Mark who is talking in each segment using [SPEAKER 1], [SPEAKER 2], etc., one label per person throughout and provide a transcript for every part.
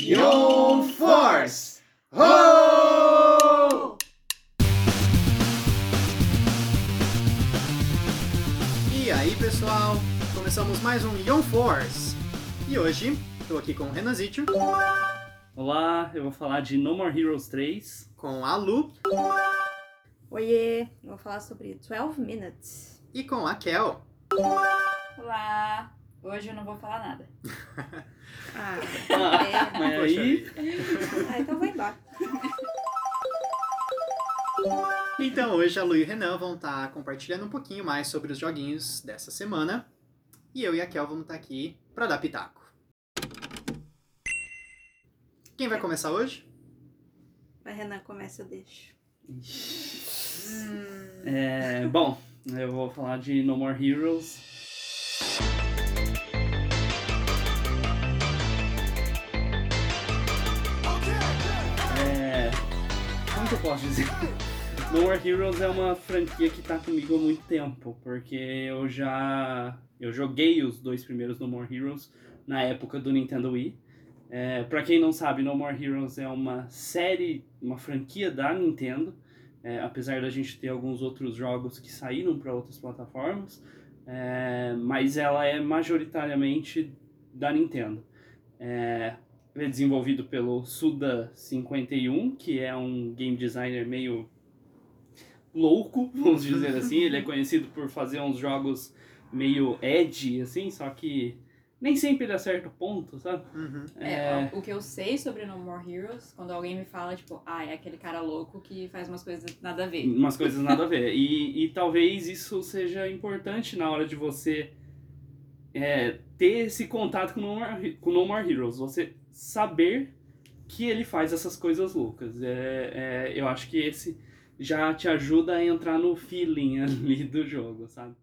[SPEAKER 1] Yon Force! Oh!
[SPEAKER 2] E aí pessoal, começamos mais um Yon Force! E hoje estou aqui com o Renan Zitio,
[SPEAKER 3] Olá, eu vou falar de No More Heroes 3.
[SPEAKER 2] com a Lu
[SPEAKER 4] Oiê, eu vou falar sobre 12 Minutes.
[SPEAKER 2] e com a Kel.
[SPEAKER 5] Olá! Hoje eu não vou falar nada.
[SPEAKER 4] Ah,
[SPEAKER 3] Ah,
[SPEAKER 4] é.
[SPEAKER 3] mas aí,
[SPEAKER 4] ah então vou embora.
[SPEAKER 2] Então hoje a Lu e o Renan vão estar compartilhando um pouquinho mais sobre os joguinhos dessa semana. E eu e a Kel vamos estar aqui para dar pitaco. Quem vai começar hoje?
[SPEAKER 4] Mas Renan começa, eu deixo.
[SPEAKER 3] é, bom, eu vou falar de No More Heroes. É, como que eu posso dizer? No More Heroes é uma franquia que tá comigo há muito tempo, porque eu já eu joguei os dois primeiros No More Heroes na época do Nintendo Wii. É, para quem não sabe, No More Heroes é uma série, uma franquia da Nintendo. É, apesar da gente ter alguns outros jogos que saíram para outras plataformas, é, mas ela é majoritariamente da Nintendo. É, ele é desenvolvido pelo Suda51, que é um game designer meio louco, vamos dizer assim. Ele é conhecido por fazer uns jogos meio edgy, assim, só que nem sempre dá certo ponto, sabe?
[SPEAKER 2] Uhum.
[SPEAKER 5] É, O que eu sei sobre No More Heroes, quando alguém me fala, tipo, ah, é aquele cara louco que faz umas coisas nada a ver.
[SPEAKER 3] umas coisas nada a ver. E, e talvez isso seja importante na hora de você é, ter esse contato com o No More, He- com o no More Heroes. Você saber que ele faz essas coisas loucas. É, é, eu acho que esse já te ajuda a entrar no feeling ali do jogo, sabe?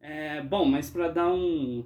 [SPEAKER 3] É, bom, mas para dar um,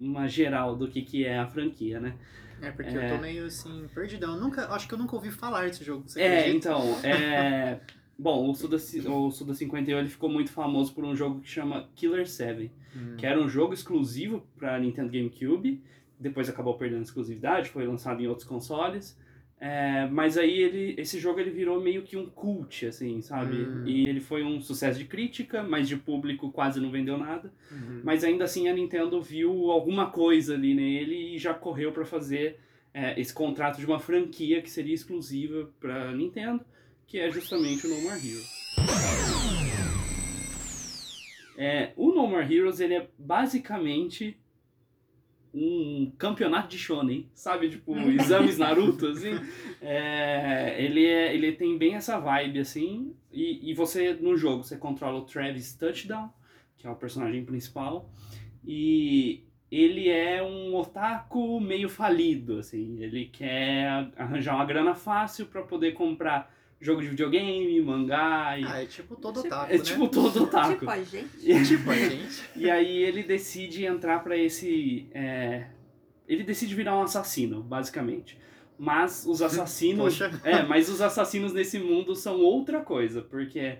[SPEAKER 3] uma geral do que, que é a franquia, né?
[SPEAKER 2] É porque eu
[SPEAKER 3] É.
[SPEAKER 2] tô meio assim, perdidão. Nunca, acho que eu nunca ouvi falar desse jogo. Você
[SPEAKER 3] É,
[SPEAKER 2] acredita?
[SPEAKER 3] então, é... Bom, o Suda, ci- o Suda 51 ele ficou muito famoso por um jogo que chama Killer 7,
[SPEAKER 2] Hum.
[SPEAKER 3] que era um jogo exclusivo para Nintendo GameCube, depois acabou perdendo a exclusividade, foi lançado em outros consoles, é, mas aí ele, esse jogo ele virou meio que um cult, assim, sabe?
[SPEAKER 2] Hum.
[SPEAKER 3] E ele foi um sucesso de crítica, mas de público quase não vendeu nada.
[SPEAKER 2] Uhum.
[SPEAKER 3] Mas ainda assim a Nintendo viu alguma coisa ali nele e já correu para fazer é, esse contrato de uma franquia que seria exclusiva para Nintendo, que é justamente o No More Heroes. É, o No More Heroes ele é basicamente um campeonato de shonen, sabe? Tipo,
[SPEAKER 2] Hum.
[SPEAKER 3] exames Naruto, assim. É, ele, é- ele tem bem essa vibe, assim. E, e você, no jogo, você controla o Travis Touchdown, que é o personagem principal. E ele é um otaku meio falido, assim. Ele quer arranjar uma grana fácil pra poder comprar jogo de videogame, mangá e...
[SPEAKER 2] Ah, é tipo todo
[SPEAKER 4] Tipo-
[SPEAKER 2] otaku,
[SPEAKER 3] é
[SPEAKER 2] né?
[SPEAKER 3] tipo todo otaku.
[SPEAKER 4] Tipo a gente.
[SPEAKER 2] tipo a gente.
[SPEAKER 3] E aí ele decide entrar pra esse. é, Ele decide virar um assassino, basicamente. Mas os assassinos.
[SPEAKER 2] Poxa.
[SPEAKER 3] é, mas os assassinos nesse mundo são outra coisa, porque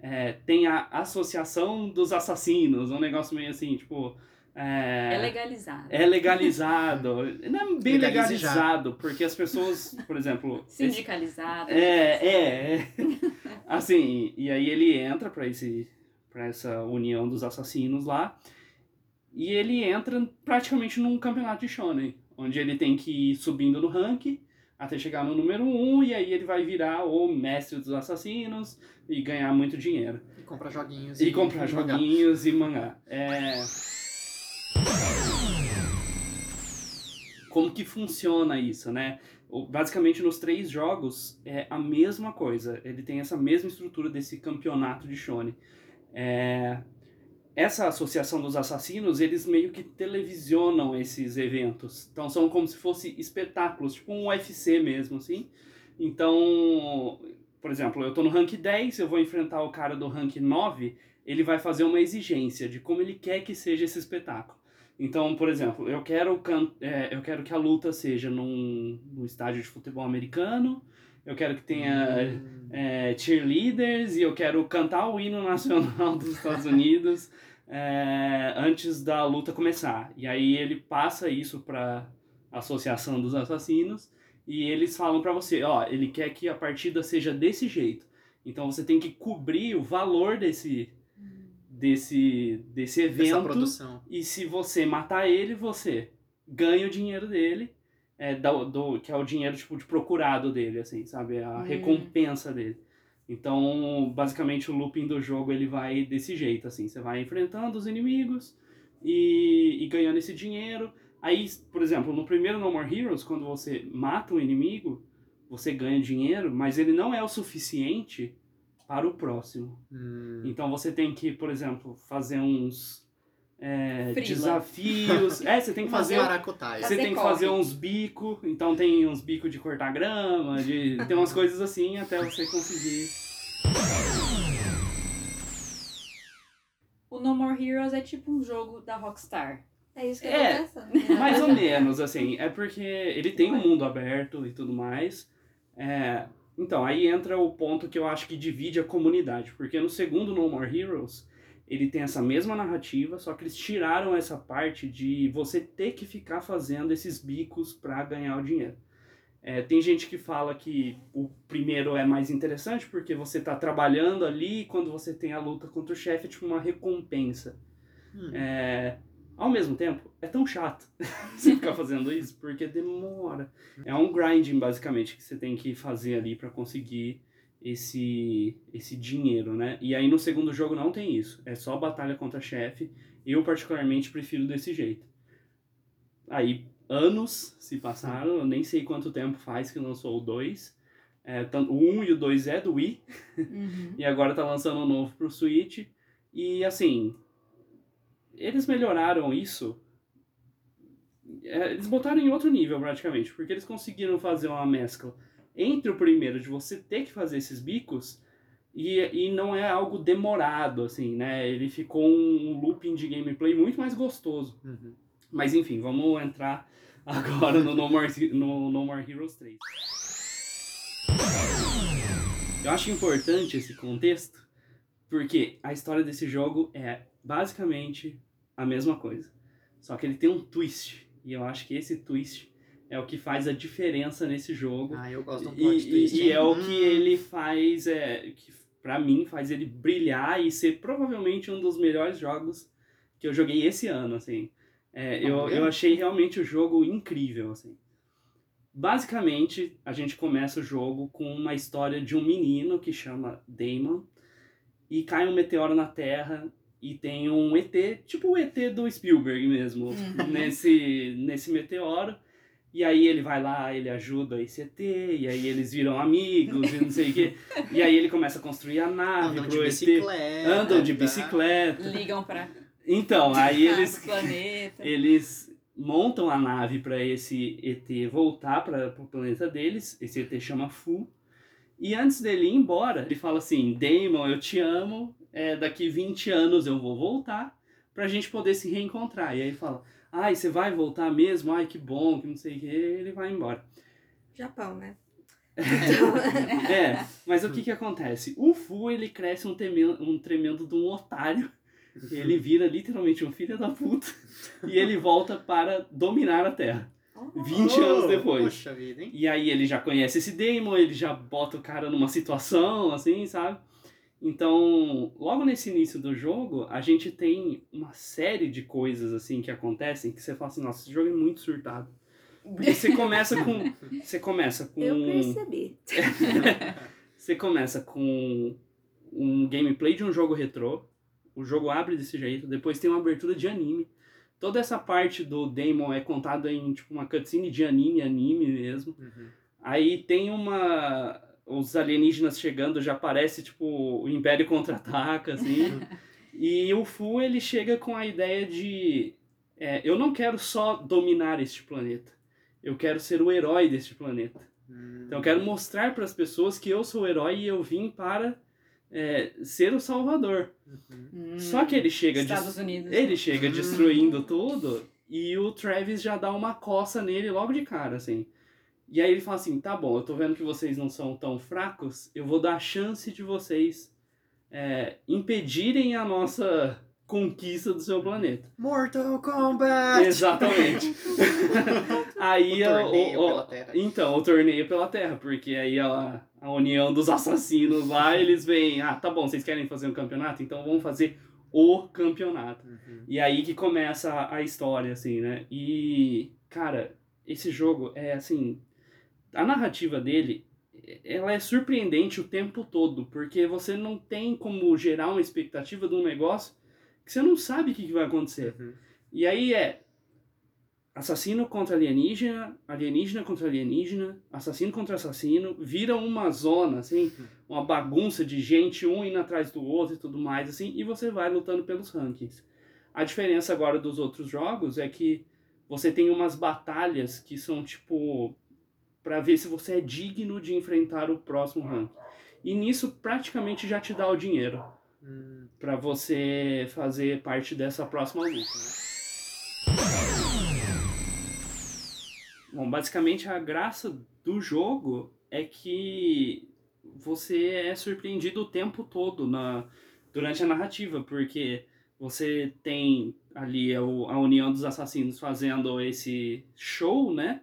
[SPEAKER 3] é, tem a associação dos assassinos, um negócio meio assim, tipo.
[SPEAKER 5] É,
[SPEAKER 3] É,
[SPEAKER 5] legalizado.
[SPEAKER 3] é legalizado. Não é bem
[SPEAKER 2] Legalize já.
[SPEAKER 3] legalizado, porque as pessoas, por exemplo. esse-
[SPEAKER 5] Sindicalizado.
[SPEAKER 3] é, é, é. Assim, e aí ele entra pra esse para essa união dos assassinos lá. E ele entra praticamente num campeonato de shonen, onde ele tem que ir subindo no ranking até chegar no número 1 um, e aí ele vai virar o mestre dos assassinos e ganhar muito dinheiro.
[SPEAKER 2] E comprar joguinhos.
[SPEAKER 3] E comprar
[SPEAKER 2] jogar.
[SPEAKER 3] joguinhos e mangá. É... Como que funciona isso, né? O- Basicamente, nos três jogos é a mesma coisa. Ele tem essa mesma estrutura desse campeonato de Shonen. É, Essa associação dos assassinos, eles meio que televisionam esses eventos. Então, são como se fossem espetáculos, tipo um UFC mesmo, assim. Então, por exemplo, eu tô no rank 10, eu vou enfrentar o cara do rank 9, ele vai fazer uma exigência de como ele quer que seja esse espetáculo. Então, por exemplo, eu quero, can- é, eu quero que a luta seja num, num estádio de futebol americano, eu quero que tenha
[SPEAKER 2] Hum.
[SPEAKER 3] é, cheerleaders e eu quero cantar o hino nacional dos Estados Unidos é, antes da luta começar. E aí ele passa isso para Associação dos Assassinos, e eles falam pra você, ó, ele quer que a partida seja desse jeito. Então você tem que cobrir o valor desse desse desse
[SPEAKER 2] Dessa
[SPEAKER 3] evento
[SPEAKER 2] produção.
[SPEAKER 3] e se você matar ele, você ganha o dinheiro dele, é, da- do- que é o dinheiro tipo, de procurado dele, assim, sabe? A
[SPEAKER 5] Hum.
[SPEAKER 3] recompensa dele. Então, basicamente, o looping do jogo ele vai desse jeito, assim. Você vai enfrentando os inimigos e, e ganhando esse dinheiro. Aí, por exemplo, no primeiro No More Heroes, quando você mata um inimigo, você ganha dinheiro, mas ele não é o suficiente para o próximo.
[SPEAKER 2] Hum,
[SPEAKER 3] Então você tem que, por exemplo, fazer uns é,
[SPEAKER 5] Freela.
[SPEAKER 3] desafios. É, você tem que
[SPEAKER 2] fazer
[SPEAKER 3] fazer. Você
[SPEAKER 2] maracutaia.
[SPEAKER 5] Fazer
[SPEAKER 3] tem que
[SPEAKER 5] corre.
[SPEAKER 3] fazer uns bicos, então tem uns bicos de cortar grama, de. Tem umas coisas assim até você conseguir.
[SPEAKER 5] O No More Heroes é tipo um jogo da Rockstar.
[SPEAKER 4] É isso que eu
[SPEAKER 3] É,
[SPEAKER 4] tô pensando. né?
[SPEAKER 3] Mais ou menos, assim. É porque ele tem um mundo aberto e tudo mais. É, então, aí entra o ponto que eu acho que divide a comunidade. Porque no segundo No More Heroes, ele tem essa mesma narrativa, só que eles tiraram essa parte de você ter que ficar fazendo esses bicos pra ganhar o dinheiro. É, tem gente que fala que o primeiro é mais interessante porque você tá trabalhando ali e quando você tem a luta contra o chefe é tipo uma recompensa.
[SPEAKER 2] Hum.
[SPEAKER 3] É, ao mesmo tempo, é tão chato você ficar fazendo isso, porque demora. É um grinding, basicamente, que você tem que fazer ali pra conseguir esse, esse dinheiro, né? E aí no segundo jogo não tem isso. É só batalha contra chefe. Eu, particularmente, prefiro desse jeito. Aí, anos se passaram, eu nem sei quanto tempo faz que lançou o 2. o 1 um e o 2 é do Wii,
[SPEAKER 5] Uhum.
[SPEAKER 3] e agora tá lançando um novo pro Switch. E assim, eles melhoraram isso. É, Eles botaram em outro nível praticamente, porque eles conseguiram fazer uma mescla entre o primeiro de você ter que fazer esses bicos e, e não é algo demorado, assim, né? Ele ficou um looping de gameplay muito mais gostoso.
[SPEAKER 2] Uhum.
[SPEAKER 3] Mas enfim, vamos entrar agora no No More, no, no More Heroes 3. Eu acho importante esse contexto, porque a história desse jogo é basicamente a mesma coisa. Só que ele tem um twist. E eu acho que esse twist é o que faz a diferença nesse jogo.
[SPEAKER 2] Ah, eu gosto de um
[SPEAKER 3] E,
[SPEAKER 2] plot twist.
[SPEAKER 3] e- e é o que
[SPEAKER 2] Hum.
[SPEAKER 3] ele faz, é, que pra mim faz ele brilhar e ser provavelmente um dos melhores jogos que eu joguei esse ano, assim. É, eu, eu achei realmente o jogo incrível, assim. Basicamente, a gente começa o jogo com uma história de um menino que chama Damon e cai um meteoro na Terra e tem um ET, tipo o ET do Spielberg mesmo,
[SPEAKER 5] Uhum.
[SPEAKER 3] nesse, nesse meteoro. E aí ele vai lá, ele ajuda esse ET, e aí eles viram amigos e não sei o quê. E aí ele começa a construir a nave
[SPEAKER 2] Andam de
[SPEAKER 3] pro ET.
[SPEAKER 2] bicicleta.
[SPEAKER 3] Andam de
[SPEAKER 2] tá?
[SPEAKER 3] bicicleta.
[SPEAKER 5] Ligam pra
[SPEAKER 3] Então, aí
[SPEAKER 5] Ah,
[SPEAKER 3] eles
[SPEAKER 5] pro planeta.
[SPEAKER 3] eles montam a nave para esse ET voltar para o planeta deles. Esse ET chama Fu. E antes dele ir embora, ele fala assim: Damon, eu te amo. É, daqui 20 anos eu vou voltar pra gente poder se reencontrar. E aí fala: Ai, você vai voltar mesmo? Ai, que bom, que não sei o que. Ele vai embora.
[SPEAKER 4] Japão, né? Então,
[SPEAKER 3] É, mas o que que acontece? O Fu, ele cresce um tremendo, um tremendo de um otário. Ele vira literalmente um filho da puta. E ele volta para dominar a Terra.
[SPEAKER 4] Oh.
[SPEAKER 3] 20 anos
[SPEAKER 2] Oh,
[SPEAKER 3] depois.
[SPEAKER 2] Poxa vida, hein?
[SPEAKER 3] E aí ele já conhece esse Damon, ele já bota o cara numa situação, assim, sabe? Então, logo nesse início do jogo, a gente tem uma série de coisas, assim, que acontecem que você fala assim, nossa, esse jogo é muito surtado. Porque você começa com... Você começa com...
[SPEAKER 4] Eu percebi.
[SPEAKER 3] Você começa com um gameplay de um jogo retrô, o jogo abre desse jeito, depois tem uma abertura de anime. Toda essa parte do Daemon é contada em tipo uma cutscene de anime, anime mesmo.
[SPEAKER 2] Uhum.
[SPEAKER 3] Aí tem uma os alienígenas chegando, já parece tipo o Império contra-ataca assim. e o Fu ele chega com a ideia de é, eu não quero só dominar este planeta. Eu quero ser o herói deste planeta.
[SPEAKER 2] Hum.
[SPEAKER 3] Então eu quero mostrar para as pessoas que eu sou o herói e eu vim para é, ser o salvador.
[SPEAKER 2] Uhum.
[SPEAKER 5] Hum,
[SPEAKER 3] Só que ele chega
[SPEAKER 5] Estados
[SPEAKER 3] des-
[SPEAKER 5] Unidos. né?
[SPEAKER 3] ele chega
[SPEAKER 2] Hum.
[SPEAKER 3] destruindo tudo e o Travis já dá uma coça nele logo de cara, assim. E aí ele fala assim: "Tá bom, eu tô vendo que vocês não são tão fracos, eu vou dar a chance de vocês é, impedirem a nossa conquista do seu planeta".
[SPEAKER 2] Mortal Kombat!
[SPEAKER 3] Exatamente. Aí
[SPEAKER 2] Ah, o
[SPEAKER 3] a-
[SPEAKER 2] torneio
[SPEAKER 3] é o- o-
[SPEAKER 2] pela Terra.
[SPEAKER 3] Então, o torneio pela Terra, porque aí ela, a união dos assassinos lá, eles vêm, ah, tá bom, vocês querem fazer um campeonato? Então vamos fazer o campeonato.
[SPEAKER 2] Uhum.
[SPEAKER 3] E aí que começa a- a história, assim, né? E, cara, esse jogo é assim. A narrativa dele, ela é surpreendente o tempo todo, porque você não tem como gerar uma expectativa de um negócio que você não sabe o que que vai acontecer.
[SPEAKER 2] Uhum.
[SPEAKER 3] E é. aí é assassino contra alienígena, alienígena contra alienígena, assassino contra assassino, vira uma zona, assim, uma bagunça de gente, um indo atrás do outro e tudo mais, assim, e você vai lutando pelos rankings. A diferença agora dos outros jogos é que você tem umas batalhas que são tipo pra ver se você é digno de enfrentar o próximo ranking. E nisso praticamente já te dá o dinheiro
[SPEAKER 2] Hum,
[SPEAKER 3] pra você fazer parte dessa próxima luta. Né? Bom, basicamente a graça do jogo é que você é surpreendido o tempo todo na, durante a narrativa, porque você tem ali a, u- a união dos assassinos fazendo esse show, né?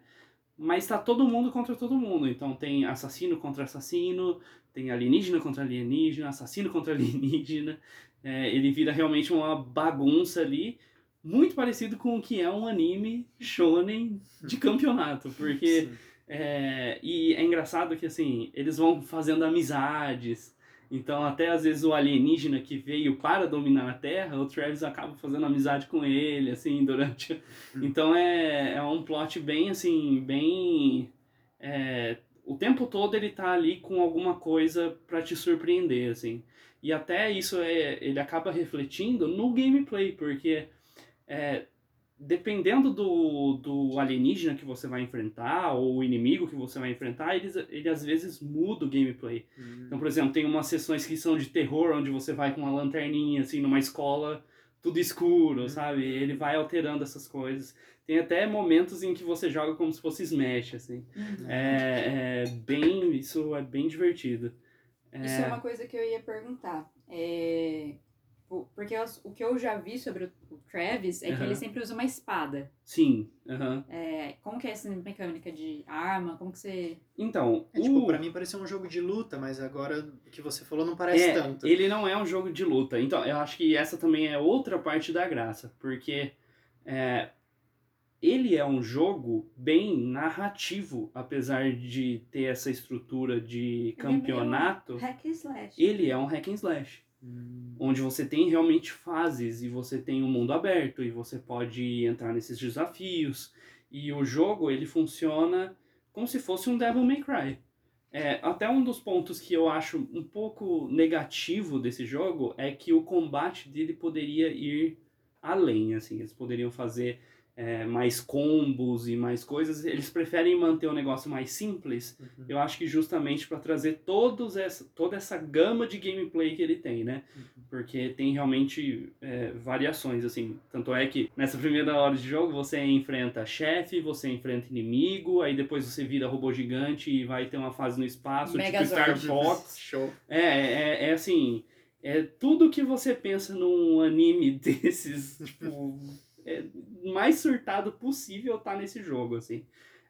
[SPEAKER 3] Mas tá todo mundo contra todo mundo. Então tem assassino contra assassino, tem alienígena contra alienígena, assassino contra alienígena. É, ele vira realmente uma bagunça ali, muito parecido com o que é um anime shonen de campeonato, porque
[SPEAKER 2] sim.
[SPEAKER 3] é, e é engraçado que assim eles vão fazendo amizades. Então até às vezes o alienígena que veio para dominar a Terra, o Travis acaba fazendo amizade com ele, assim, durante. Então é, é um plot bem assim, bem. é, o tempo todo ele tá ali com alguma coisa para te surpreender, assim. E até isso é, ele acaba refletindo no gameplay, porque é, dependendo do, do alienígena que você vai enfrentar, ou o inimigo que você vai enfrentar, eles, ele às vezes muda o gameplay.
[SPEAKER 2] Hum.
[SPEAKER 3] Então, por exemplo, tem umas sessões que são de terror, onde você vai com uma lanterninha, assim, numa escola, tudo
[SPEAKER 2] Uhum.
[SPEAKER 3] escuro, sabe? Ele vai alterando essas coisas. Tem até momentos em que você joga como se fosse Smash, assim.
[SPEAKER 2] Uhum.
[SPEAKER 3] É, é bem... Isso é bem divertido.
[SPEAKER 5] Isso é uma coisa que eu ia perguntar. É, o- Porque eu- o que eu já vi sobre o- o Travis é que
[SPEAKER 3] Aham.
[SPEAKER 5] ele sempre usa uma espada.
[SPEAKER 3] Sim, aham.
[SPEAKER 5] É, Como que é essa mecânica de arma? Como que você...
[SPEAKER 3] Então,
[SPEAKER 2] É, tipo,
[SPEAKER 3] o-
[SPEAKER 2] pra mim parecia um jogo de luta, mas agora o que você falou não parece
[SPEAKER 3] É,
[SPEAKER 2] tanto.
[SPEAKER 3] Ele não é um jogo de luta. Então, eu acho que essa também é outra parte da graça, porque é, ele é um jogo bem narrativo, apesar de ter essa estrutura de
[SPEAKER 4] Ele é meio-
[SPEAKER 3] campeonato.
[SPEAKER 4] Hack and slash.
[SPEAKER 3] Ele é um hack and slash,
[SPEAKER 2] Hum,
[SPEAKER 3] onde você tem realmente fases e você tem um mundo aberto e você pode entrar nesses desafios. E o jogo, ele funciona como se fosse um Devil May Cry. É, até um dos pontos que eu acho um pouco negativo desse jogo é que o combate dele poderia ir além, assim, eles poderiam fazer é, mais combos e mais coisas. Eles preferem manter o negócio mais simples.
[SPEAKER 2] uhum.
[SPEAKER 3] Eu acho que justamente para trazer todos essa, toda essa gama de gameplay que ele tem, né? Porque tem realmente é, variações, assim. Tanto é que nessa primeira hora de jogo você enfrenta chefe, você enfrenta inimigo, aí depois você vira robô gigante e vai ter uma fase no espaço, tipo Star
[SPEAKER 5] Megazord.
[SPEAKER 3] Fox.
[SPEAKER 2] Show.
[SPEAKER 3] É, é, é assim, é tudo que você pensa num anime desses, tipo, é, mais surtado possível tá nesse jogo, assim.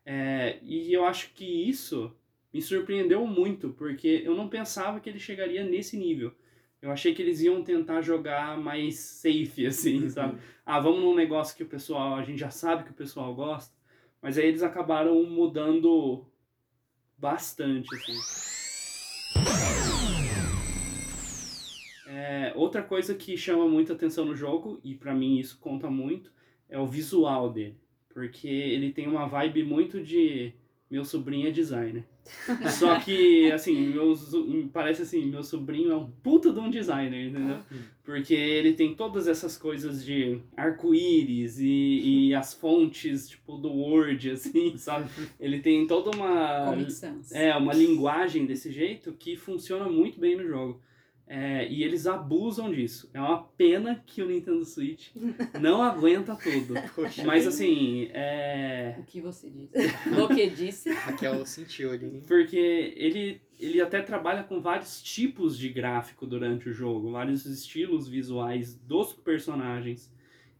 [SPEAKER 3] É, e eu acho que isso me surpreendeu muito, porque eu não pensava que ele chegaria nesse nível. Eu achei que eles iam tentar jogar mais safe, assim, sabe? Ah, vamos num negócio que o pessoal, a gente já sabe que o pessoal gosta, mas aí eles acabaram mudando bastante, assim. É, outra coisa que chama muita atenção no jogo, e pra mim isso conta muito, é o visual dele. Porque ele tem uma vibe muito de meu sobrinho é designer. Só que, assim, meu, zo- parece assim, meu sobrinho é um puta de um designer, entendeu? Porque ele tem todas essas coisas de arco-íris e, e as fontes, tipo, do Word, assim, sabe? Ele tem toda uma...
[SPEAKER 5] Comic Sans.
[SPEAKER 3] É, uma linguagem desse jeito que funciona muito bem no jogo. É, e eles abusam disso. É uma pena que o Nintendo Switch não aguenta tudo.
[SPEAKER 2] Poxa,
[SPEAKER 3] Mas assim, é.
[SPEAKER 5] O que você disse? o que disse?
[SPEAKER 2] Raquel sentiu ali. hein?
[SPEAKER 3] Porque ele, ele até trabalha com vários tipos de gráfico durante o jogo, vários estilos visuais dos personagens.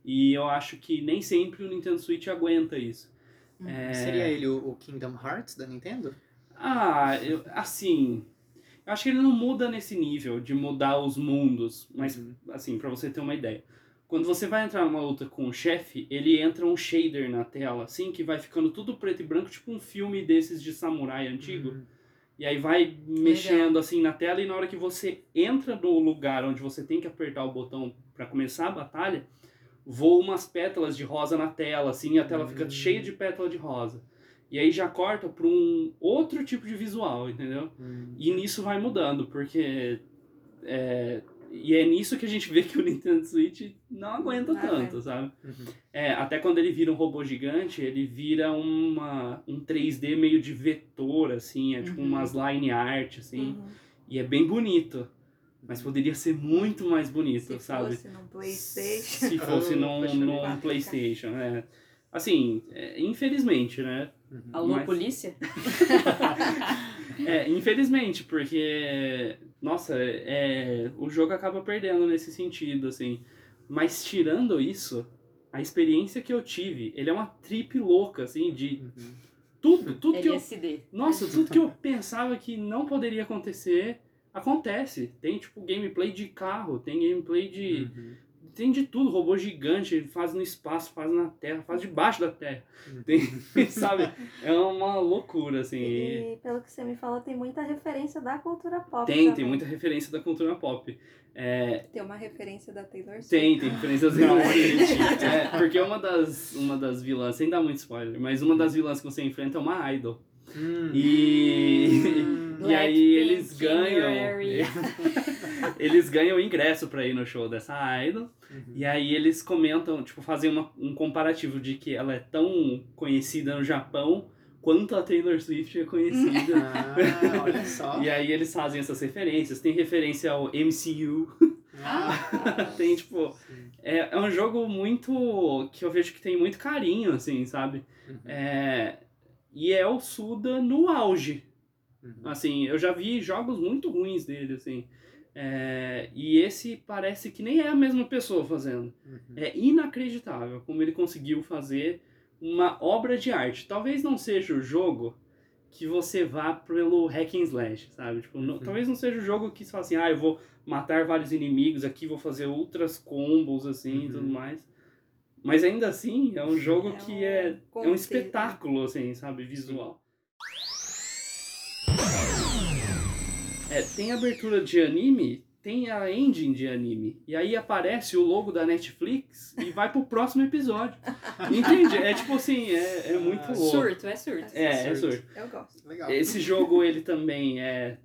[SPEAKER 3] E eu acho que nem sempre o Nintendo Switch aguenta isso. É,
[SPEAKER 2] Seria ele o, o Kingdom Hearts da Nintendo?
[SPEAKER 3] Ah, eu, assim. Eu acho que ele não muda nesse nível de mudar os mundos, mas
[SPEAKER 2] Uhum.
[SPEAKER 3] assim, pra você ter uma ideia. Quando você vai entrar numa luta com o chefe, ele entra um shader na tela, assim, que vai ficando tudo preto e branco, tipo um filme desses de samurai antigo.
[SPEAKER 2] Uhum.
[SPEAKER 3] E aí vai mexendo assim na tela e na hora que você entra no lugar onde você tem que apertar o botão pra começar a batalha, voam umas pétalas de rosa na tela, assim, e a tela fica
[SPEAKER 2] Hum.
[SPEAKER 3] cheia de pétala de rosa. E aí já corta pra um outro tipo de visual, entendeu?
[SPEAKER 2] Hum.
[SPEAKER 3] E nisso vai mudando, porque é, e é nisso que a gente vê que o Nintendo Switch não aguenta
[SPEAKER 4] Não
[SPEAKER 3] tanto,
[SPEAKER 4] aguenta.
[SPEAKER 3] sabe?
[SPEAKER 2] Uhum.
[SPEAKER 3] É, até quando ele vira um robô gigante, ele vira uma, um 3D meio de vetor, assim, é tipo
[SPEAKER 5] Uhum.
[SPEAKER 3] umas line art, assim.
[SPEAKER 4] Uhum.
[SPEAKER 3] E é bem bonito. Mas poderia ser muito mais bonito,
[SPEAKER 4] Se
[SPEAKER 3] sabe?
[SPEAKER 4] fosse num Playstation.
[SPEAKER 3] Se fosse num,
[SPEAKER 2] Poxa,
[SPEAKER 3] num
[SPEAKER 4] quatro K.
[SPEAKER 3] Playstation, né? Assim, é, infelizmente, né?
[SPEAKER 2] Uhum.
[SPEAKER 5] Alô,
[SPEAKER 3] Mas-
[SPEAKER 5] polícia?
[SPEAKER 3] É, infelizmente, porque. Nossa, é, o jogo acaba perdendo nesse sentido, assim. Mas tirando isso, a experiência que eu tive, ele é uma trip louca, assim, de
[SPEAKER 2] Uhum.
[SPEAKER 3] tudo, tudo
[SPEAKER 5] é
[SPEAKER 3] que eu
[SPEAKER 5] LSD.
[SPEAKER 3] Nossa, tudo que eu pensava que não poderia acontecer, acontece. Tem, tipo, gameplay de carro, tem gameplay de.
[SPEAKER 2] Uhum.
[SPEAKER 3] Tem de tudo, robô gigante, ele faz no espaço, faz na terra, faz debaixo da terra. Tem, sabe? É uma loucura, assim. e
[SPEAKER 4] E pelo que você me falou, tem muita referência da cultura pop.
[SPEAKER 3] Tem, tem
[SPEAKER 4] também.
[SPEAKER 3] muita referência da cultura pop. É,
[SPEAKER 4] Tem uma referência da Taylor Swift.
[SPEAKER 3] tem, tem referências realmente. É, porque uma das, uma das vilãs, sem dar muito spoiler, mas uma das vilãs que você enfrenta é uma idol.
[SPEAKER 2] Hum.
[SPEAKER 3] E.
[SPEAKER 2] Hum.
[SPEAKER 3] E aí eles
[SPEAKER 5] Blackpink,
[SPEAKER 3] ganham.
[SPEAKER 5] January.
[SPEAKER 3] eles ganham ingresso pra ir no show dessa idol.
[SPEAKER 2] Uhum.
[SPEAKER 3] E aí eles comentam, tipo, fazem uma- um comparativo de que ela é tão conhecida no Japão quanto a Taylor Swift é conhecida.
[SPEAKER 2] Ah, olha só.
[SPEAKER 3] e aí eles fazem essas referências. Tem referência ao MCU.
[SPEAKER 5] Ah.
[SPEAKER 3] tem, tipo.
[SPEAKER 2] Sim.
[SPEAKER 3] É, é um jogo muito. que eu vejo que tem muito carinho, assim, sabe?
[SPEAKER 2] Uhum.
[SPEAKER 3] É, e é o Suda no auge.
[SPEAKER 2] Uhum.
[SPEAKER 3] Assim, eu já vi jogos muito ruins dele, assim. É, e esse parece que nem é a mesma pessoa fazendo.
[SPEAKER 2] Uhum.
[SPEAKER 3] É inacreditável como ele conseguiu fazer uma obra de arte. Talvez não seja o jogo que você vá pelo hack and slash, sabe? Tipo, não-
[SPEAKER 2] Uhum.
[SPEAKER 3] talvez não seja o jogo que você fala assim, ah, eu vou matar vários inimigos aqui, vou fazer outras combos, assim, e
[SPEAKER 2] Uhum.
[SPEAKER 3] tudo mais. Mas ainda assim, é um jogo
[SPEAKER 4] É
[SPEAKER 3] que
[SPEAKER 4] um
[SPEAKER 3] é, é um
[SPEAKER 4] conceito.
[SPEAKER 3] espetáculo, assim, sabe? Visual. É, tem abertura de anime, tem a ending de anime. E aí aparece o logo da Netflix e vai pro próximo episódio. Entende? É tipo assim, é, é muito
[SPEAKER 2] Ah,
[SPEAKER 3] louco.
[SPEAKER 5] Surto, é surto.
[SPEAKER 3] É, é surto.
[SPEAKER 4] Eu gosto.
[SPEAKER 2] Legal.
[SPEAKER 3] Esse jogo, ele também é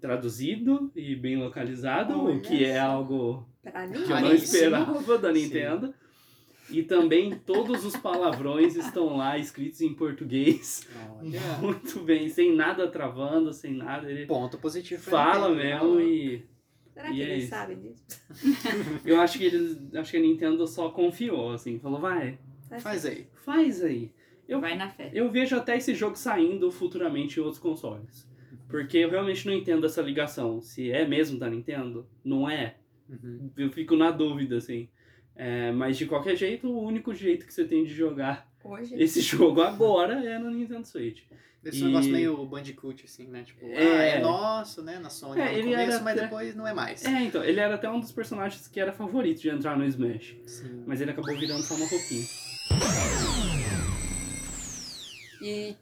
[SPEAKER 3] traduzido e bem localizado, o
[SPEAKER 4] Olha
[SPEAKER 3] que é
[SPEAKER 4] só.
[SPEAKER 3] algo
[SPEAKER 4] Pra mim, é
[SPEAKER 3] que eu não
[SPEAKER 2] Raríssimo.
[SPEAKER 3] esperava da
[SPEAKER 2] Sim.
[SPEAKER 3] Nintendo. E também todos os palavrões estão lá escritos em português.
[SPEAKER 2] Olha.
[SPEAKER 3] Muito bem, sem nada travando, sem nada. Ele
[SPEAKER 2] Ponto positivo. pra
[SPEAKER 3] fala
[SPEAKER 2] Tipo, Nintendo.
[SPEAKER 3] mesmo
[SPEAKER 2] né?
[SPEAKER 3] e
[SPEAKER 4] será
[SPEAKER 3] E
[SPEAKER 4] que
[SPEAKER 3] é
[SPEAKER 4] eles
[SPEAKER 3] isso.
[SPEAKER 4] sabem disso?
[SPEAKER 3] eu acho que eles, acho que a Nintendo só confiou assim, falou vai,
[SPEAKER 4] Mas
[SPEAKER 2] Faz aí.
[SPEAKER 3] faz aí. Eu
[SPEAKER 5] Vai na fé.
[SPEAKER 3] eu vejo até esse jogo saindo futuramente em outros consoles. Porque eu realmente não entendo essa ligação. Se é mesmo da Nintendo, não é.
[SPEAKER 2] Uhum.
[SPEAKER 3] Eu fico na dúvida, assim. É, mas de qualquer jeito, o único jeito que você tem de jogar
[SPEAKER 4] Hoje,
[SPEAKER 3] esse jogo agora é no Nintendo Switch.
[SPEAKER 2] Esse
[SPEAKER 3] E-
[SPEAKER 2] negócio meio Bandicoot, assim, né? Tipo,
[SPEAKER 3] É.
[SPEAKER 2] ah, é, nosso, né? Na Sony
[SPEAKER 3] É,
[SPEAKER 2] lá no
[SPEAKER 3] ele
[SPEAKER 2] começo,
[SPEAKER 3] era
[SPEAKER 2] mas
[SPEAKER 3] até-
[SPEAKER 2] depois não é mais.
[SPEAKER 3] É, então, ele era até um dos personagens que era favorito de entrar no Smash.
[SPEAKER 2] Sim.
[SPEAKER 3] Mas ele acabou virando só um uma roupinha.
[SPEAKER 5] E o que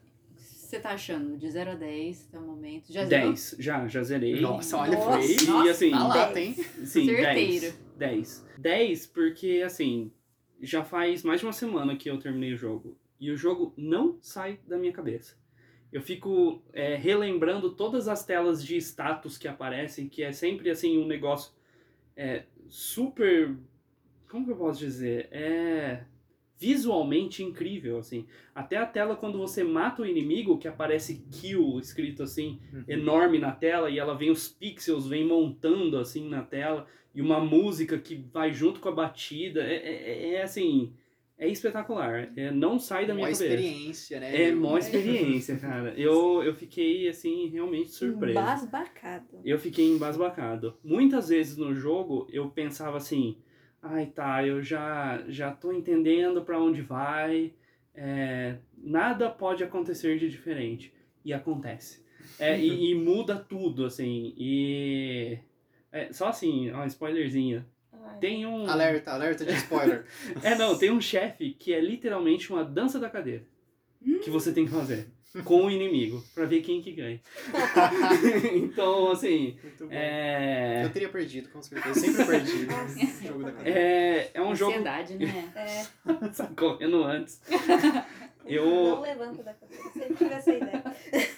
[SPEAKER 5] você tá achando? De 0 a 10 até o momento. Já zerou?
[SPEAKER 3] 10, já, já zerei.
[SPEAKER 2] Nossa, olha,
[SPEAKER 4] Nossa,
[SPEAKER 2] foi.
[SPEAKER 5] nossa.
[SPEAKER 3] E assim,
[SPEAKER 2] Tá lá,
[SPEAKER 4] Dez.
[SPEAKER 2] tem.
[SPEAKER 3] Sim,
[SPEAKER 5] Certeiro.
[SPEAKER 3] 10. 10. 10 porque, assim, já faz mais de uma semana que eu terminei o jogo. E o jogo não sai da minha cabeça. Eu fico é, relembrando todas as telas de status que aparecem, que é sempre, assim, um negócio é, super... Como que eu posso dizer? É visualmente incrível, assim. Até a tela quando você mata o inimigo, que aparece kill escrito assim, enorme na tela e ela vem os pixels vem montando assim na tela e uma música que vai junto com a batida é, é- é assim é espetacular é, não sai da minha
[SPEAKER 2] Uma
[SPEAKER 3] cabeça
[SPEAKER 2] experiência, né?
[SPEAKER 3] é mó
[SPEAKER 4] É.
[SPEAKER 3] experiência cara eu eu fiquei assim realmente surpreso
[SPEAKER 4] embasbacado.
[SPEAKER 3] eu fiquei embasbacado. Muitas vezes no jogo eu pensava assim: ai tá, eu já já tô entendendo pra onde vai, é, nada pode acontecer de diferente. E acontece. É, e, e muda tudo, assim. E. é, só assim, ó, spoilerzinho.
[SPEAKER 5] Ai.
[SPEAKER 3] Tem um.
[SPEAKER 2] Alerta, alerta de spoiler.
[SPEAKER 3] É, não, tem um chefe que é literalmente uma dança da cadeira. Que você tem que fazer com o inimigo, pra ver quem que ganha. então, assim,
[SPEAKER 2] Muito bom.
[SPEAKER 3] é.
[SPEAKER 2] Eu teria perdido, com certeza. Sempre perdi
[SPEAKER 4] Nossa.
[SPEAKER 2] no jogo da cadeira.
[SPEAKER 3] É, é um jogo.
[SPEAKER 5] Ansiedade, né?
[SPEAKER 4] É,
[SPEAKER 3] Sai correndo antes. Eu-
[SPEAKER 4] Não levanta da cadeira. Sempre tive essa ideia.
[SPEAKER 3] É.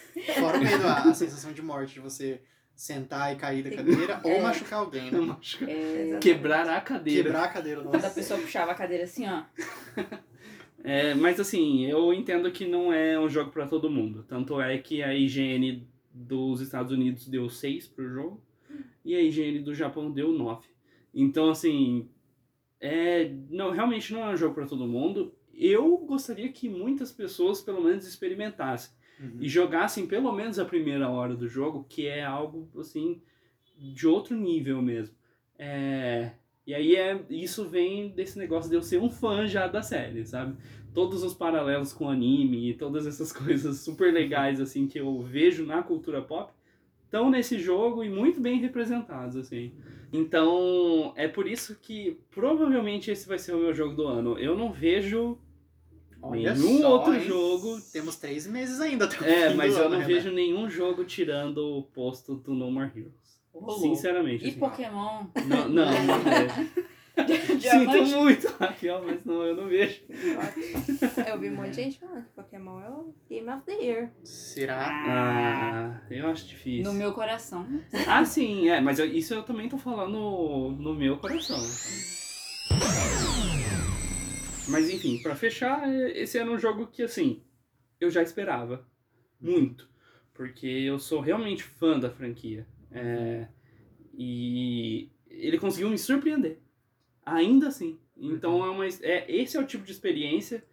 [SPEAKER 2] Fora o medo, a, a sensação de morte de você sentar e cair da cadeira ou
[SPEAKER 5] É.
[SPEAKER 2] machucar alguém, né?
[SPEAKER 3] Eu acho que-
[SPEAKER 5] É,
[SPEAKER 3] Quebrar a cadeira.
[SPEAKER 2] Quebrar a cadeira,
[SPEAKER 5] quando a
[SPEAKER 2] nossa.
[SPEAKER 5] pessoa puxava a cadeira assim, ó.
[SPEAKER 3] É, mas assim, eu entendo que não é um jogo pra todo mundo. Tanto é que a IGN dos Estados Unidos deu 6 pro jogo e a IGN do Japão deu 9. Então, assim, é, não, realmente não é um jogo pra todo mundo. Eu gostaria que muitas pessoas, pelo menos, experimentassem
[SPEAKER 2] Uhum.
[SPEAKER 3] e jogassem pelo menos a primeira hora do jogo, que é algo assim de outro nível mesmo. É, E aí é isso vem desse negócio de eu ser um fã já da série, sabe? Todos os paralelos com anime e todas essas coisas super legais assim que eu vejo na cultura pop estão nesse jogo e muito bem representados assim. Então, é por isso que provavelmente esse vai ser o meu jogo do ano. Eu não vejo
[SPEAKER 2] Olha
[SPEAKER 3] nenhum
[SPEAKER 2] só,
[SPEAKER 3] outro
[SPEAKER 2] hein?
[SPEAKER 3] jogo
[SPEAKER 2] Temos três meses ainda. até o
[SPEAKER 3] é,
[SPEAKER 2] fim
[SPEAKER 3] mas
[SPEAKER 2] do
[SPEAKER 3] eu
[SPEAKER 2] ano,
[SPEAKER 3] não
[SPEAKER 2] né, Renan.
[SPEAKER 3] vejo nenhum jogo tirando o posto do No More Heroes.
[SPEAKER 5] Rolou.
[SPEAKER 3] Sinceramente.
[SPEAKER 5] E
[SPEAKER 3] assim.
[SPEAKER 5] Pokémon?
[SPEAKER 3] Não, não, não vejo. Sinto
[SPEAKER 5] Diamante?
[SPEAKER 3] muito, Raquel, mas não, eu não vejo.
[SPEAKER 4] Eu vi um monte de gente falando que Pokémon é o Game of the Year.
[SPEAKER 2] Será?
[SPEAKER 5] Ah,
[SPEAKER 3] Ah, eu acho difícil.
[SPEAKER 5] no meu coração.
[SPEAKER 3] Ah, sim, é, mas eu- isso eu também tô falando no meu coração. Mas enfim, pra fechar, é- esse era um jogo que, assim, eu já esperava muito. Porque eu sou realmente fã da franquia. É, e ele conseguiu me surpreender. Ainda assim. Então é uma. es- É, esse é o tipo de experiência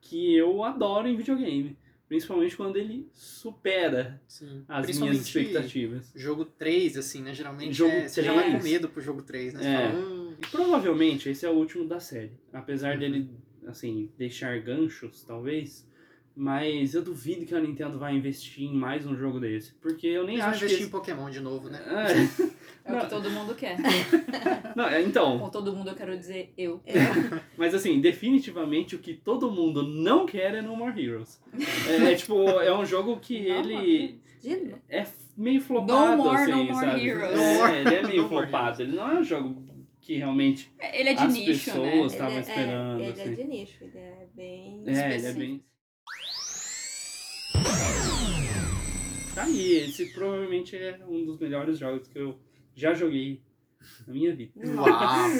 [SPEAKER 3] que eu adoro em videogame. Principalmente quando ele supera
[SPEAKER 2] Sim.
[SPEAKER 3] as minhas
[SPEAKER 2] Principalmente
[SPEAKER 3] expectativas.
[SPEAKER 2] jogo 3, assim, né? Geralmente
[SPEAKER 3] Jogo
[SPEAKER 2] é- você já vai com
[SPEAKER 3] 3.
[SPEAKER 2] medo pro jogo 3, né? Você
[SPEAKER 3] É.
[SPEAKER 2] fala, hum,
[SPEAKER 3] E provavelmente esse é o último da série. Apesar
[SPEAKER 2] Uhum.
[SPEAKER 3] dele, assim, deixar ganchos, talvez. Mas eu duvido que a Nintendo vai investir em mais um jogo desse. Porque eu nem
[SPEAKER 2] eles vão
[SPEAKER 3] acho
[SPEAKER 2] investir
[SPEAKER 3] que.
[SPEAKER 2] em Pokémon de novo, né?
[SPEAKER 3] esse-
[SPEAKER 5] É o
[SPEAKER 3] Não.
[SPEAKER 5] que todo mundo quer.
[SPEAKER 3] É. Não, é, então,
[SPEAKER 5] Com todo mundo eu quero dizer eu.
[SPEAKER 3] É,
[SPEAKER 4] É,
[SPEAKER 3] mas assim, definitivamente o que todo mundo não quer é No More Heroes. É, é tipo, é um jogo que
[SPEAKER 5] Não,
[SPEAKER 3] ele
[SPEAKER 4] De novo.
[SPEAKER 3] é f- meio flopado,
[SPEAKER 5] No more,
[SPEAKER 3] assim,
[SPEAKER 5] no more
[SPEAKER 3] sabe?
[SPEAKER 5] heroes.
[SPEAKER 3] É,
[SPEAKER 2] No more-
[SPEAKER 3] ele é meio
[SPEAKER 2] no more
[SPEAKER 3] flopado. Ele não é um jogo que realmente
[SPEAKER 5] Ele é de
[SPEAKER 3] as
[SPEAKER 5] nicho,
[SPEAKER 3] pessoas
[SPEAKER 5] né?
[SPEAKER 3] estavam
[SPEAKER 4] Ele é-
[SPEAKER 3] esperando.
[SPEAKER 4] É, ele
[SPEAKER 3] assim.
[SPEAKER 4] é de nicho, ele é bem.
[SPEAKER 3] É, ele é bem. Tá aí, esse provavelmente é um dos melhores jogos que eu já joguei na minha vida.
[SPEAKER 2] Uau!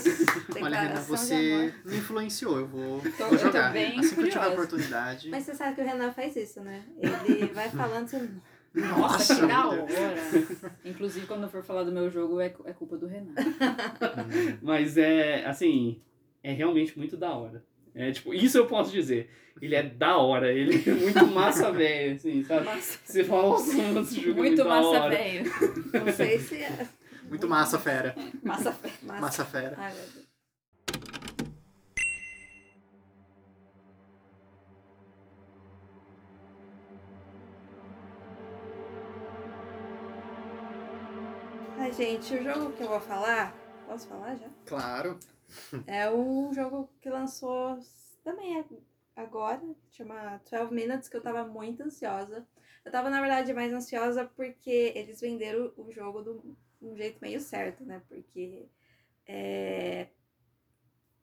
[SPEAKER 4] declaração
[SPEAKER 2] Olha, Renan,
[SPEAKER 4] de
[SPEAKER 2] você
[SPEAKER 4] amor.
[SPEAKER 2] me influenciou. Eu vou,
[SPEAKER 5] Tô-
[SPEAKER 2] vou
[SPEAKER 5] eu tô
[SPEAKER 2] jogar.
[SPEAKER 5] bem
[SPEAKER 2] assim que eu tiver a
[SPEAKER 5] curiosa.
[SPEAKER 2] oportunidade.
[SPEAKER 4] Mas você sabe que o Renan faz isso, né? Ele vai falando você
[SPEAKER 5] Nossa, que
[SPEAKER 2] vida.
[SPEAKER 5] da hora. Inclusive, quando eu for falar do meu jogo, é, cu- é culpa do Renan.
[SPEAKER 3] Mas é, assim, é realmente muito da hora. É, tipo, isso eu posso dizer. Ele é da hora, ele é muito massa velho, assim, sabe?
[SPEAKER 5] Massa.
[SPEAKER 3] Você fala, nossa, mano, esse jogo é
[SPEAKER 5] Muito
[SPEAKER 3] da
[SPEAKER 5] massa
[SPEAKER 3] hora."
[SPEAKER 5] velho.
[SPEAKER 4] não sei se é.
[SPEAKER 2] Muito massa, fera.
[SPEAKER 5] Massa velho.
[SPEAKER 4] Massa.
[SPEAKER 2] Massa, fera.
[SPEAKER 4] Ai, meu Deus. Ai, gente, o jogo que eu vou falar, posso falar já?
[SPEAKER 2] Claro.
[SPEAKER 4] É um jogo que lançou também agora, chama 12 Minutes, que eu tava muito ansiosa. Eu tava, na verdade, mais ansiosa porque eles venderam o jogo do- de um jeito meio certo, né? Porque é,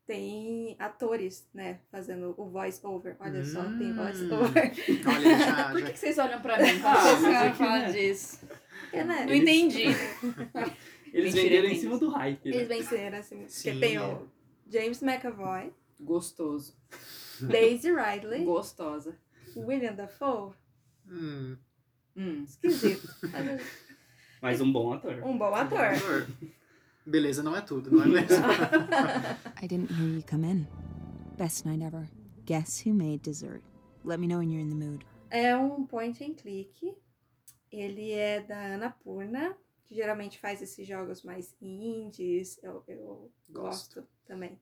[SPEAKER 4] tem atores, né, fazendo o voice-over. Olha só, tem
[SPEAKER 2] Hum.
[SPEAKER 4] voice-over.
[SPEAKER 2] Olha, ele já,
[SPEAKER 5] Por
[SPEAKER 2] já-
[SPEAKER 5] que, que vocês olham pra mim?
[SPEAKER 3] Ah, mas
[SPEAKER 5] Vocês querem
[SPEAKER 3] é que,
[SPEAKER 5] falar
[SPEAKER 3] né?
[SPEAKER 5] disso.
[SPEAKER 4] Porque, né,
[SPEAKER 5] Não entendi.
[SPEAKER 3] Eles
[SPEAKER 5] Mentira,
[SPEAKER 3] venderam em
[SPEAKER 5] entendi.
[SPEAKER 3] cima do hype. né?
[SPEAKER 4] eles venceram, assim, porque
[SPEAKER 2] Sim.
[SPEAKER 4] tem o James McAvoy,
[SPEAKER 5] Gostoso.
[SPEAKER 4] Daisy Ridley,
[SPEAKER 5] Gostosa.
[SPEAKER 4] William Dafoe,
[SPEAKER 2] Hum,
[SPEAKER 5] Hum.
[SPEAKER 4] esquisito. mas
[SPEAKER 3] Mas um bom ator.
[SPEAKER 4] Um bom ator.
[SPEAKER 2] ator. Beleza, não é tudo, não é mesmo?
[SPEAKER 6] I didn't hear you come in. Best night ever. Guess who made dessert? Let me know when you're in the mood.
[SPEAKER 4] É um point and click. Ele é da Anapurna, que geralmente faz esses jogos mais indies. Eu, eu
[SPEAKER 2] Gosto.
[SPEAKER 4] gosto. também.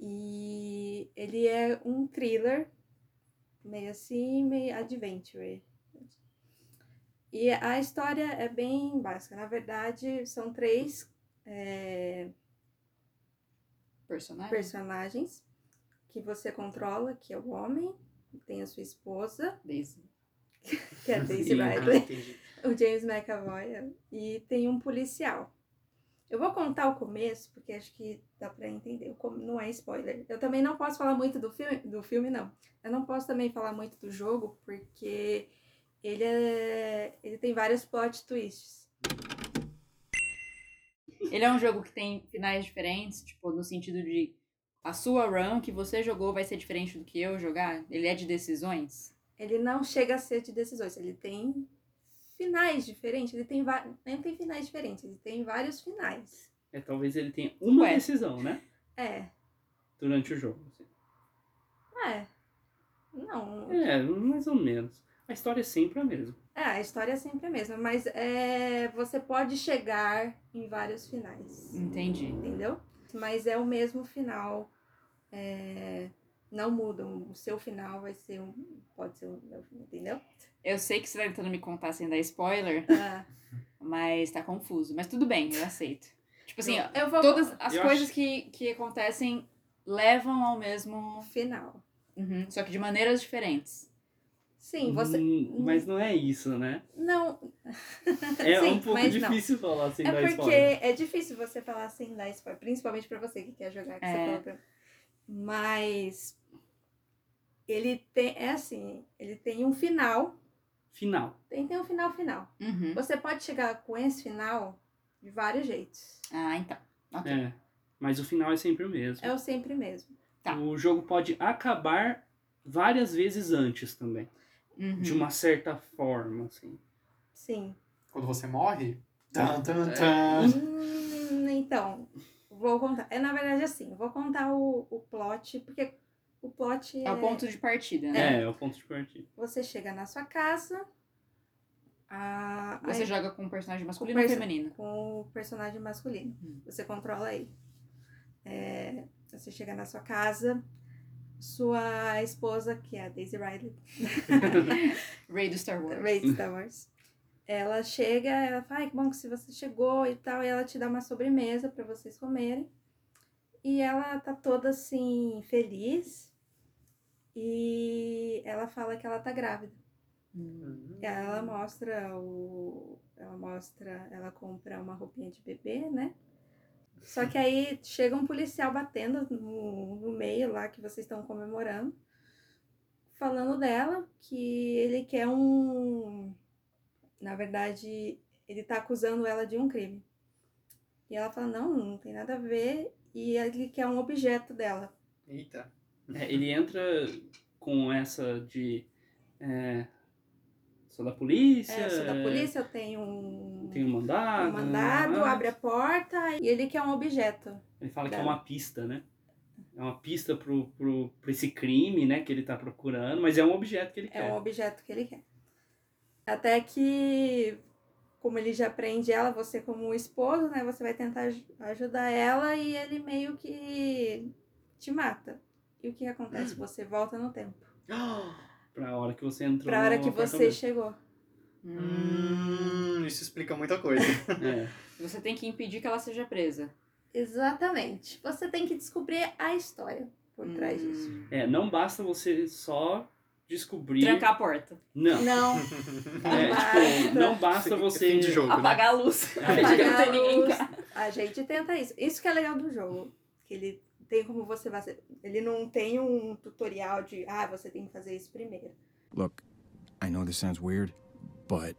[SPEAKER 4] e ele é um thriller meio assim, meio adventure. E a história é bem básica. Na verdade, são três é,
[SPEAKER 5] Personagem?
[SPEAKER 4] personagens que você controla, que é o homem, tem a sua esposa,
[SPEAKER 5] Daisy.
[SPEAKER 4] que é a Daisy
[SPEAKER 3] Sim.
[SPEAKER 2] Ah,
[SPEAKER 4] Ridley.
[SPEAKER 2] entendi.
[SPEAKER 4] o James McAvoy é, e tem um policial. Eu vou contar o começo, porque acho que dá pra entender. o com- Não é spoiler. Eu também não posso falar muito do filme, do filme, não. Eu não posso também falar muito do jogo, porque ele é. ele tem vários plot twists.
[SPEAKER 5] Ele é um jogo que tem finais diferentes, tipo, no sentido de a sua run que você jogou vai ser diferente do que eu jogar? Ele é de decisões?
[SPEAKER 4] Ele não chega a ser de decisões, ele tem finais diferentes, ele tem va- não tem finais diferentes, ele tem vários finais.
[SPEAKER 3] É, talvez ele tenha uma
[SPEAKER 5] Ué.
[SPEAKER 3] decisão, né?
[SPEAKER 4] É.
[SPEAKER 3] Durante o jogo. assim.
[SPEAKER 4] É. Não,
[SPEAKER 3] É, mais ou menos. A história é sempre a mesma.
[SPEAKER 4] É, a história é sempre a mesma, mas é, você pode chegar em vários finais,
[SPEAKER 5] Entendi.
[SPEAKER 4] entendeu? Mas é o mesmo final, é, não muda, o seu final vai ser um, pode ser um, entendeu?
[SPEAKER 5] Eu sei que você tá tentando me contar sem dar spoiler,
[SPEAKER 4] Ah,
[SPEAKER 5] mas tá confuso. Mas tudo bem, eu aceito. Tipo assim,
[SPEAKER 4] eu vou
[SPEAKER 5] todas as
[SPEAKER 3] Então, Eu
[SPEAKER 5] coisas
[SPEAKER 3] acho-
[SPEAKER 5] que, que acontecem levam ao mesmo.
[SPEAKER 4] um final.
[SPEAKER 5] Uhum, só que de maneiras diferentes.
[SPEAKER 4] Sim, você
[SPEAKER 3] Hum, mas não é isso, né?
[SPEAKER 4] não.
[SPEAKER 3] É
[SPEAKER 4] Sim,
[SPEAKER 3] um pouco
[SPEAKER 4] mas não.
[SPEAKER 3] difícil falar assim sem
[SPEAKER 4] É
[SPEAKER 3] dar
[SPEAKER 4] porque
[SPEAKER 3] spoiler.
[SPEAKER 4] é difícil você falar sem dar spoiler, principalmente pra você que quer jogar, que você
[SPEAKER 5] É.
[SPEAKER 4] falou pra... Mas ele tem, é assim, ele tem um final,
[SPEAKER 3] Final.
[SPEAKER 4] tem, tem um final final.
[SPEAKER 5] Uhum.
[SPEAKER 4] Você pode chegar com esse final de vários jeitos.
[SPEAKER 5] Ah, então. Ok.
[SPEAKER 3] É. Mas o final é sempre o mesmo.
[SPEAKER 4] É o sempre mesmo.
[SPEAKER 5] tá.
[SPEAKER 3] O jogo pode acabar várias vezes antes também.
[SPEAKER 5] Uhum.
[SPEAKER 3] De uma certa forma, assim.
[SPEAKER 4] Sim.
[SPEAKER 2] Quando você morre. Tan, tan,
[SPEAKER 3] É.
[SPEAKER 2] tan.
[SPEAKER 4] Hum, então, vou contar. É na verdade assim, vou contar o, o plot, porque o plot
[SPEAKER 5] É o ponto de partida, né?
[SPEAKER 3] É, é o ponto de partida.
[SPEAKER 4] Você chega na sua casa, a,
[SPEAKER 5] Você
[SPEAKER 4] a-
[SPEAKER 5] joga com um personagem masculino
[SPEAKER 4] Com
[SPEAKER 5] ou
[SPEAKER 4] perso-
[SPEAKER 5] feminino?
[SPEAKER 4] com o personagem masculino.
[SPEAKER 5] Hum.
[SPEAKER 4] Você controla ele. É, você chega na sua casa, sua esposa, que é a Daisy Ridley,
[SPEAKER 5] Rei do Star Wars.
[SPEAKER 4] Ray Star Wars. Ela chega, ela fala, ai, que bom que se você chegou e tal, e ela te dá uma sobremesa pra vocês comerem. E ela tá toda assim, feliz. E ela fala que ela tá grávida. E
[SPEAKER 3] Uhum.
[SPEAKER 4] ela mostra o. Ela mostra. Ela compra uma roupinha de bebê, né? Só que aí chega um policial batendo no, no meio lá que vocês estão comemorando, falando dela que ele quer um. Na verdade, ele tá acusando ela de um crime. E ela fala: não, não tem nada a ver. E ele quer um objeto dela.
[SPEAKER 2] Eita.
[SPEAKER 4] Uhum.
[SPEAKER 3] É, ele entra com essa de. É, sou da polícia.
[SPEAKER 4] É, eu sou da polícia, eu tenho um,
[SPEAKER 3] Tem um mandado.
[SPEAKER 4] um mandado,
[SPEAKER 3] né?
[SPEAKER 4] abre a porta e ele quer um objeto.
[SPEAKER 3] Ele fala que é
[SPEAKER 4] Dá.
[SPEAKER 3] uma pista, né? É uma pista pro, pro, pra esse crime, né? Que ele tá procurando, mas é um objeto que ele
[SPEAKER 4] É
[SPEAKER 3] quer.
[SPEAKER 4] um objeto que ele quer. Até que, como ele já prende ela, você como esposo, né? Você vai tentar aj- ajudar ela e ele meio que te mata. E o que acontece? Você volta no tempo.
[SPEAKER 3] Pra hora que você entrou
[SPEAKER 4] Pra
[SPEAKER 3] no
[SPEAKER 4] hora que você
[SPEAKER 3] apartamento.
[SPEAKER 4] chegou.
[SPEAKER 2] Hum, isso explica muita coisa.
[SPEAKER 3] É.
[SPEAKER 5] Você tem que impedir que ela seja presa.
[SPEAKER 4] Exatamente. Você tem que descobrir a história por trás
[SPEAKER 5] Hum.
[SPEAKER 4] disso.
[SPEAKER 3] É, não basta você só descobrir.
[SPEAKER 5] Trancar a porta.
[SPEAKER 3] Não.
[SPEAKER 4] Não.
[SPEAKER 3] É, tipo,
[SPEAKER 4] basta.
[SPEAKER 3] não basta você.
[SPEAKER 2] Fim de jogo, né?
[SPEAKER 5] Apagar a luz.
[SPEAKER 3] É.
[SPEAKER 5] Finge que não
[SPEAKER 4] Apagar
[SPEAKER 5] tem
[SPEAKER 4] a
[SPEAKER 5] ninguém em
[SPEAKER 4] luz.
[SPEAKER 5] casa.
[SPEAKER 4] A gente tenta isso. Isso que é legal do jogo. Que ele tem como você fazer. Ele não tem um tutorial de ah, você tem que fazer isso primeiro.
[SPEAKER 7] Look, I know this sounds weird, but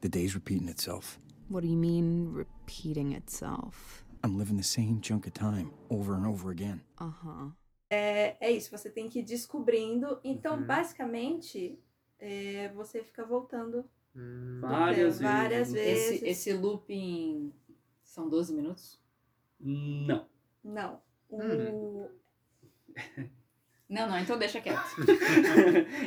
[SPEAKER 7] the day's repeating itself.
[SPEAKER 6] What do you mean, repeating itself?
[SPEAKER 7] I'm living the same chunk of time over and over again.
[SPEAKER 6] Uh huh.
[SPEAKER 4] É, é isso, você tem que ir descobrindo. Então,
[SPEAKER 3] Uhum.
[SPEAKER 4] basicamente, é, você fica voltando
[SPEAKER 2] Hum,
[SPEAKER 3] Várias,
[SPEAKER 4] Várias vezes.
[SPEAKER 5] Esse, esse looping. São 12 minutos?
[SPEAKER 3] Não.
[SPEAKER 4] Não. O-
[SPEAKER 3] Hum.
[SPEAKER 5] Não, não, então deixa quieto.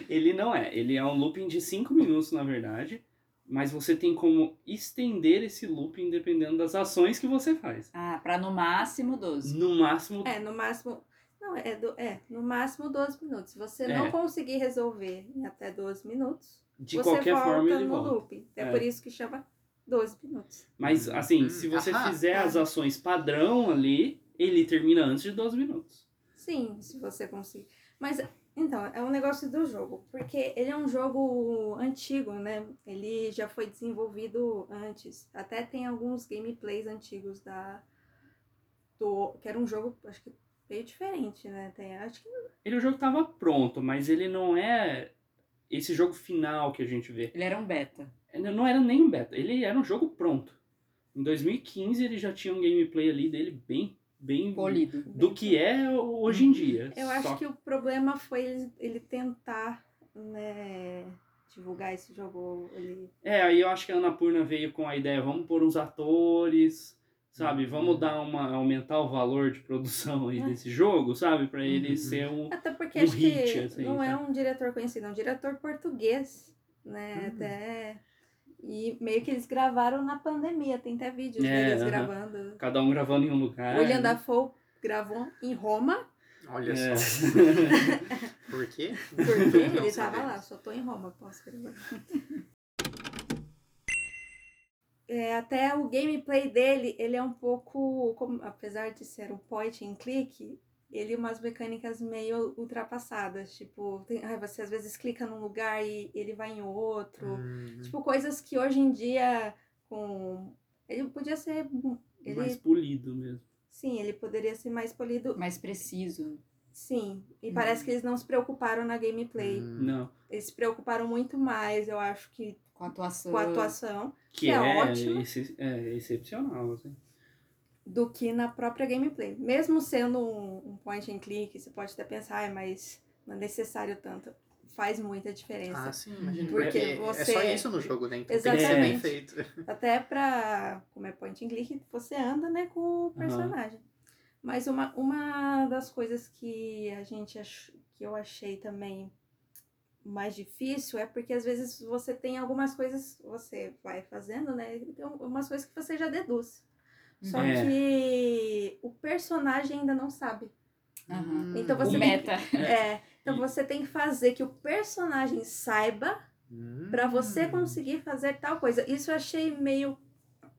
[SPEAKER 3] ele não é. Ele é um looping de 5 minutos, na verdade. Mas você tem como estender esse looping dependendo das ações que você faz. Hum.
[SPEAKER 5] Ah, pra no máximo 12.
[SPEAKER 3] No máximo,
[SPEAKER 4] É, no máximo. Não, é, do, é no máximo 12 minutos. Se você não
[SPEAKER 3] É.
[SPEAKER 4] conseguir resolver em até 12 minutos,
[SPEAKER 3] De
[SPEAKER 4] você
[SPEAKER 3] qualquer
[SPEAKER 4] volta
[SPEAKER 3] forma, ele
[SPEAKER 4] no
[SPEAKER 3] volta.
[SPEAKER 4] looping. É,
[SPEAKER 3] É.
[SPEAKER 4] por isso que chama 12 minutos.
[SPEAKER 3] Mas, assim,
[SPEAKER 2] Hum.
[SPEAKER 3] se você
[SPEAKER 2] Ahá.
[SPEAKER 3] fizer as ações padrão ali, ele termina antes de 12 minutos.
[SPEAKER 4] Sim, se você conseguir. Mas, então, é um negócio do jogo. Porque ele é um jogo antigo, né? Ele já foi desenvolvido antes. Até tem alguns gameplays antigos da... Do, que era um jogo, acho que meio diferente, né? Tem, acho que
[SPEAKER 3] Ele, o jogo tava pronto, mas ele não é esse jogo final que a gente vê.
[SPEAKER 5] Ele era um beta.
[SPEAKER 3] Ele não era nem um beta, ele era um jogo pronto. Em 2015 ele já tinha um gameplay ali dele bem, bem
[SPEAKER 5] Polido.
[SPEAKER 3] do que é hoje em dia.
[SPEAKER 4] Eu
[SPEAKER 3] Só
[SPEAKER 4] acho que o problema foi ele, ele tentar, né, divulgar esse jogo. Ele...
[SPEAKER 3] É, aí eu acho que a Anapurna veio com a ideia, vamos pôr uns atores, sabe?
[SPEAKER 2] Uhum.
[SPEAKER 3] Vamos dar uma aumentar o valor de produção aí
[SPEAKER 4] É.
[SPEAKER 3] desse jogo, sabe? Pra ele
[SPEAKER 2] Uhum.
[SPEAKER 3] ser um
[SPEAKER 4] Até porque
[SPEAKER 3] Um
[SPEAKER 4] acho
[SPEAKER 3] hit,
[SPEAKER 4] que
[SPEAKER 3] assim,
[SPEAKER 4] não é
[SPEAKER 3] sabe?
[SPEAKER 4] um diretor conhecido, é um diretor português, né,
[SPEAKER 3] Hum.
[SPEAKER 4] até... E meio que eles gravaram na pandemia, tem até vídeos
[SPEAKER 3] É,
[SPEAKER 4] deles
[SPEAKER 3] aham.
[SPEAKER 4] gravando.
[SPEAKER 3] cada um gravando em um lugar.
[SPEAKER 4] William
[SPEAKER 3] né?
[SPEAKER 4] Dafoe gravou em Roma,
[SPEAKER 2] Olha
[SPEAKER 3] É.
[SPEAKER 2] só. Por quê?
[SPEAKER 4] porque
[SPEAKER 2] Não
[SPEAKER 4] ele tava
[SPEAKER 2] sabemos.
[SPEAKER 4] lá, só tô em Roma, posso gravar. É, até o gameplay dele, ele é um pouco, como- apesar de ser um point and click, ele umas mecânicas meio ultrapassadas, tipo, tem- ai, você às vezes clica num lugar e ele vai em outro,
[SPEAKER 2] Hum,
[SPEAKER 4] tipo coisas que hoje em dia com ele podia ser, ele
[SPEAKER 3] Mais polido mesmo.
[SPEAKER 4] sim, ele poderia ser mais polido,
[SPEAKER 5] Mais preciso.
[SPEAKER 4] sim, e
[SPEAKER 5] Hum.
[SPEAKER 4] parece que eles não se preocuparam na gameplay,
[SPEAKER 2] hum.
[SPEAKER 3] Não.
[SPEAKER 4] eles se preocuparam muito mais, eu acho que
[SPEAKER 5] Com a atuação.
[SPEAKER 4] com a atuação
[SPEAKER 3] Que
[SPEAKER 4] Que
[SPEAKER 3] é,
[SPEAKER 4] é ótimo.
[SPEAKER 3] exce- é excepcional, assim.
[SPEAKER 4] do que na própria gameplay. Mesmo sendo um, um point and click, você pode até pensar, "Ai, mas não é necessário tanto. Faz muita diferença.
[SPEAKER 2] Ah, sim, imagina.
[SPEAKER 4] Porque
[SPEAKER 2] Porque é só
[SPEAKER 4] você-
[SPEAKER 2] isso no jogo, né? Então tem que ser bem
[SPEAKER 4] Exatamente.
[SPEAKER 2] feito.
[SPEAKER 4] Até pra, como é point and click, você anda, né, com o personagem. Mas uma, uma das coisas que a gente ach, que eu achei também mais difícil é porque às vezes você tem algumas coisas que você vai fazendo, né? Tem umas coisas que você já deduz. Só
[SPEAKER 3] É.
[SPEAKER 4] que o personagem ainda não sabe.
[SPEAKER 5] Aham.
[SPEAKER 4] Então
[SPEAKER 5] O
[SPEAKER 4] você
[SPEAKER 5] meta.
[SPEAKER 4] É, então
[SPEAKER 3] E-
[SPEAKER 4] você tem que fazer que o personagem saiba
[SPEAKER 2] Hum.
[SPEAKER 4] pra você conseguir fazer tal coisa. Isso eu achei meio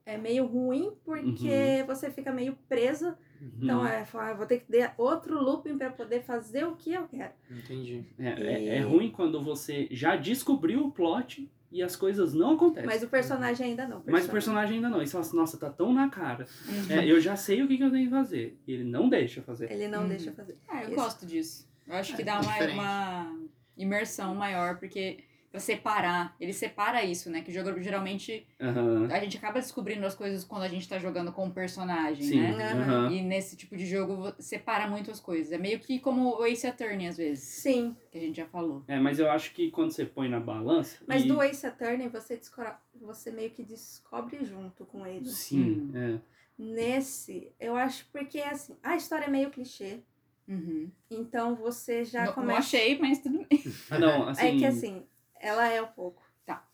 [SPEAKER 4] é meio ruim porque você fica meio preso. Então
[SPEAKER 3] Uhum.
[SPEAKER 4] é, fala, "Ah, vou ter que dar outro looping pra poder fazer o que eu quero.
[SPEAKER 2] Entendi.
[SPEAKER 3] É, é- é ruim quando você já descobriu o plot e as coisas não acontecem.
[SPEAKER 4] Mas o personagem Uhum. ainda não.
[SPEAKER 3] Mas o personagem ainda não. E você fala assim, nossa, tá tão na cara. É, eu já sei o que, que eu tenho que fazer. E ele não deixa fazer.
[SPEAKER 4] ele não
[SPEAKER 5] Uhum.
[SPEAKER 4] deixa fazer.
[SPEAKER 5] Ah, eu
[SPEAKER 4] Isso.
[SPEAKER 5] gosto disso. Eu acho que dá
[SPEAKER 2] É
[SPEAKER 5] uma,
[SPEAKER 2] diferente.
[SPEAKER 5] uma imersão maior, porque pra separar, ele separa isso, né? Que o jogo geralmente
[SPEAKER 3] Aham.
[SPEAKER 5] a gente acaba descobrindo as coisas quando a gente tá jogando com o personagem,
[SPEAKER 3] Sim.
[SPEAKER 5] né?
[SPEAKER 3] aham.
[SPEAKER 5] E nesse tipo de jogo vo- separa muito as coisas. É meio que como o Ace Attorney, às vezes,
[SPEAKER 4] Sim,
[SPEAKER 5] que a gente já falou.
[SPEAKER 3] É, mas eu acho que quando você põe na balança.
[SPEAKER 4] mas
[SPEAKER 3] e-
[SPEAKER 4] do Ace Attorney você descobre, você meio que descobre junto com ele. Hum.
[SPEAKER 3] Sim, é.
[SPEAKER 4] Nesse, eu acho porque assim, a história é meio clichê,
[SPEAKER 5] Uhum.
[SPEAKER 4] então você já
[SPEAKER 5] não, não
[SPEAKER 4] começa
[SPEAKER 5] achei, mas tudo bem.
[SPEAKER 3] Ah, não, assim.
[SPEAKER 4] É que assim, ela é um pouco.
[SPEAKER 5] Tá.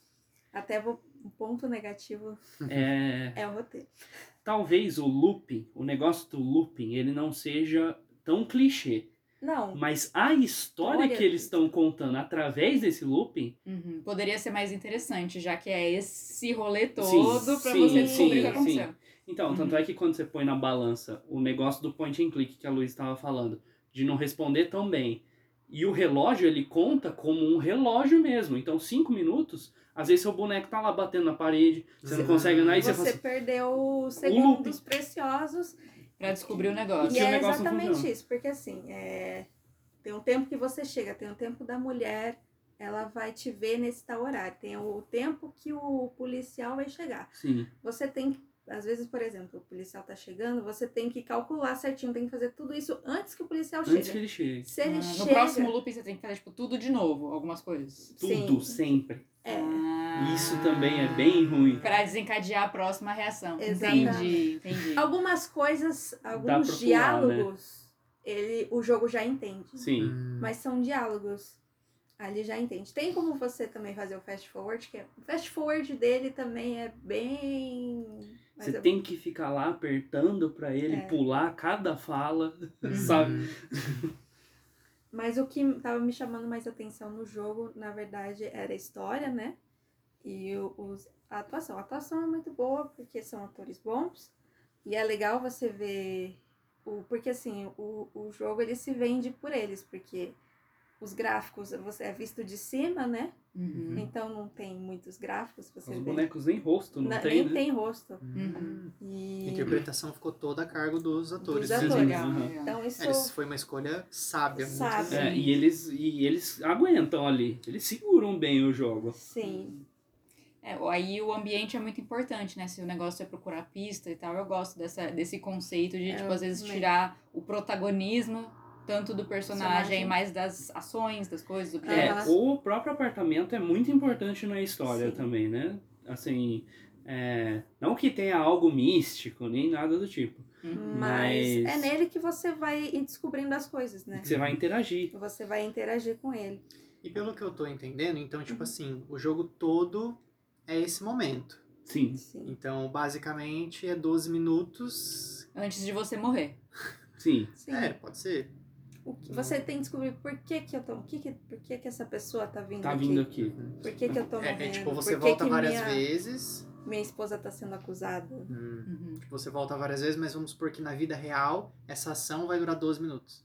[SPEAKER 4] Até vou. Um ponto negativo
[SPEAKER 3] é,
[SPEAKER 4] é o roteiro.
[SPEAKER 3] talvez o looping, o negócio do looping, ele não seja tão clichê.
[SPEAKER 4] Não,
[SPEAKER 3] Mas a história
[SPEAKER 4] Olha.
[SPEAKER 3] que eles estão contando através desse looping.
[SPEAKER 5] Uhum. Poderia ser mais interessante, já que é esse rolê todo pra
[SPEAKER 3] sim,
[SPEAKER 5] você descobrir
[SPEAKER 4] sim,
[SPEAKER 5] o que aconteceu.
[SPEAKER 3] Então,
[SPEAKER 4] Uhum.
[SPEAKER 3] tanto é que quando você põe na balança o negócio do point and click que a Luiz estava falando, de não responder tão bem. E o relógio, ele conta como um relógio mesmo. Então, cinco minutos, às vezes seu boneco tá lá batendo na parede, você não
[SPEAKER 2] Sim.
[SPEAKER 3] consegue andar e você,
[SPEAKER 4] você
[SPEAKER 3] fala assim,
[SPEAKER 4] perdeu segundos preciosos.
[SPEAKER 5] Pra descobrir o negócio.
[SPEAKER 4] e
[SPEAKER 3] que Assim, o
[SPEAKER 4] é
[SPEAKER 3] negócio não
[SPEAKER 4] exatamente
[SPEAKER 3] funciona.
[SPEAKER 4] isso, porque assim, é, tem um tempo que você chega, tem um tempo da mulher, ela vai te ver nesse tal horário, tem o tempo que o policial vai chegar.
[SPEAKER 3] assim, sim.
[SPEAKER 4] Você tem que. Às vezes, por exemplo, o policial tá chegando, você tem que calcular certinho, tem que fazer tudo isso antes que o policial
[SPEAKER 3] Antes que
[SPEAKER 4] chegue.
[SPEAKER 3] ele chegue.
[SPEAKER 4] Se ele
[SPEAKER 5] Ah,
[SPEAKER 4] chega.
[SPEAKER 5] no próximo looping você tem que fazer, tipo, tudo de novo, algumas coisas.
[SPEAKER 3] Tudo,
[SPEAKER 4] Sim.
[SPEAKER 3] sempre.
[SPEAKER 4] É.
[SPEAKER 5] Ah.
[SPEAKER 3] Isso também é bem ruim.
[SPEAKER 5] Pra desencadear a próxima reação.
[SPEAKER 4] Exatamente. Então,
[SPEAKER 5] Entendi, entendi.
[SPEAKER 4] Algumas coisas,
[SPEAKER 3] pra
[SPEAKER 4] alguns
[SPEAKER 3] pular, né?
[SPEAKER 4] diálogos, ele, o jogo já entende.
[SPEAKER 3] Sim.
[SPEAKER 2] Hum.
[SPEAKER 4] Mas são diálogos. Ali já entende. Tem como você também fazer o fast forward, que é, o fast forward dele também é bem Mas
[SPEAKER 3] Você
[SPEAKER 4] é-
[SPEAKER 3] tem que ficar lá apertando pra ele
[SPEAKER 4] É. Uhum.
[SPEAKER 3] pular cada fala,
[SPEAKER 2] Hum.
[SPEAKER 3] sabe?
[SPEAKER 4] Mas o que tava me chamando mais atenção no jogo, na verdade, era a história, né? E o- os, a atuação. A atuação é muito boa, porque são atores bons. E é legal você ver. O, porque assim, o, o jogo ele se vende por eles, porque os gráficos você é visto de cima, né?
[SPEAKER 5] Uhum.
[SPEAKER 4] Então não tem muitos gráficos. Você
[SPEAKER 3] Os
[SPEAKER 4] vê-
[SPEAKER 3] bonecos nem rosto, não
[SPEAKER 4] Na-
[SPEAKER 3] tem,
[SPEAKER 4] nem
[SPEAKER 3] né?
[SPEAKER 4] tem rosto.
[SPEAKER 5] Uhum.
[SPEAKER 2] A
[SPEAKER 4] E,
[SPEAKER 2] interpretação ficou toda a cargo dos atores.
[SPEAKER 4] atores.
[SPEAKER 2] mesmo.
[SPEAKER 5] Legal,
[SPEAKER 3] Uhum.
[SPEAKER 5] legal.
[SPEAKER 4] então isso.
[SPEAKER 2] É, isso foi uma escolha sábia. muito
[SPEAKER 4] Sábia.
[SPEAKER 2] bem.
[SPEAKER 3] É, e eles e eles aguentam ali. Eles seguram bem o jogo.
[SPEAKER 4] Sim.
[SPEAKER 5] É, o- aí o ambiente é muito importante, né? Se o negócio é procurar pista e tal, eu gosto dessa, desse conceito de,
[SPEAKER 4] É,
[SPEAKER 5] tipo, às vezes
[SPEAKER 4] também.
[SPEAKER 5] tirar o protagonismo tanto do personagem,
[SPEAKER 4] Personagem.
[SPEAKER 5] mais das ações, das coisas, do
[SPEAKER 4] É,
[SPEAKER 5] projeto.
[SPEAKER 3] É,
[SPEAKER 4] Aham.
[SPEAKER 3] o próprio apartamento é muito importante na história
[SPEAKER 4] Sim.
[SPEAKER 3] também, né? Assim, é, não que tenha algo místico, nem nada do tipo.
[SPEAKER 5] Uhum.
[SPEAKER 4] Mas,
[SPEAKER 3] Mas-
[SPEAKER 4] é nele que você vai ir descobrindo as coisas, né?
[SPEAKER 3] Que você vai interagir.
[SPEAKER 4] Você vai interagir com ele.
[SPEAKER 2] E pelo que eu tô entendendo, então,
[SPEAKER 4] Uhum.
[SPEAKER 2] tipo assim, o jogo todo é esse momento.
[SPEAKER 3] Sim,
[SPEAKER 4] Sim.
[SPEAKER 2] Então, basicamente, é 12 minutos.
[SPEAKER 5] Antes de você morrer.
[SPEAKER 3] sim.
[SPEAKER 4] Sim.
[SPEAKER 2] É, pode ser.
[SPEAKER 4] O que- você tem que descobrir por que que eu tô, o que que, por que que essa pessoa tá vindo
[SPEAKER 3] Tá
[SPEAKER 4] aqui?
[SPEAKER 3] vindo aqui.
[SPEAKER 4] Por que que eu tô morrendo?
[SPEAKER 2] É, é, tipo, você
[SPEAKER 4] por que
[SPEAKER 2] volta
[SPEAKER 4] que
[SPEAKER 2] várias
[SPEAKER 4] minha,
[SPEAKER 2] vezes.
[SPEAKER 4] Minha esposa tá sendo acusada.
[SPEAKER 2] Hum,
[SPEAKER 5] Uhum.
[SPEAKER 2] Você volta várias vezes, mas vamos supor que na vida real, essa ação vai durar 12 minutos.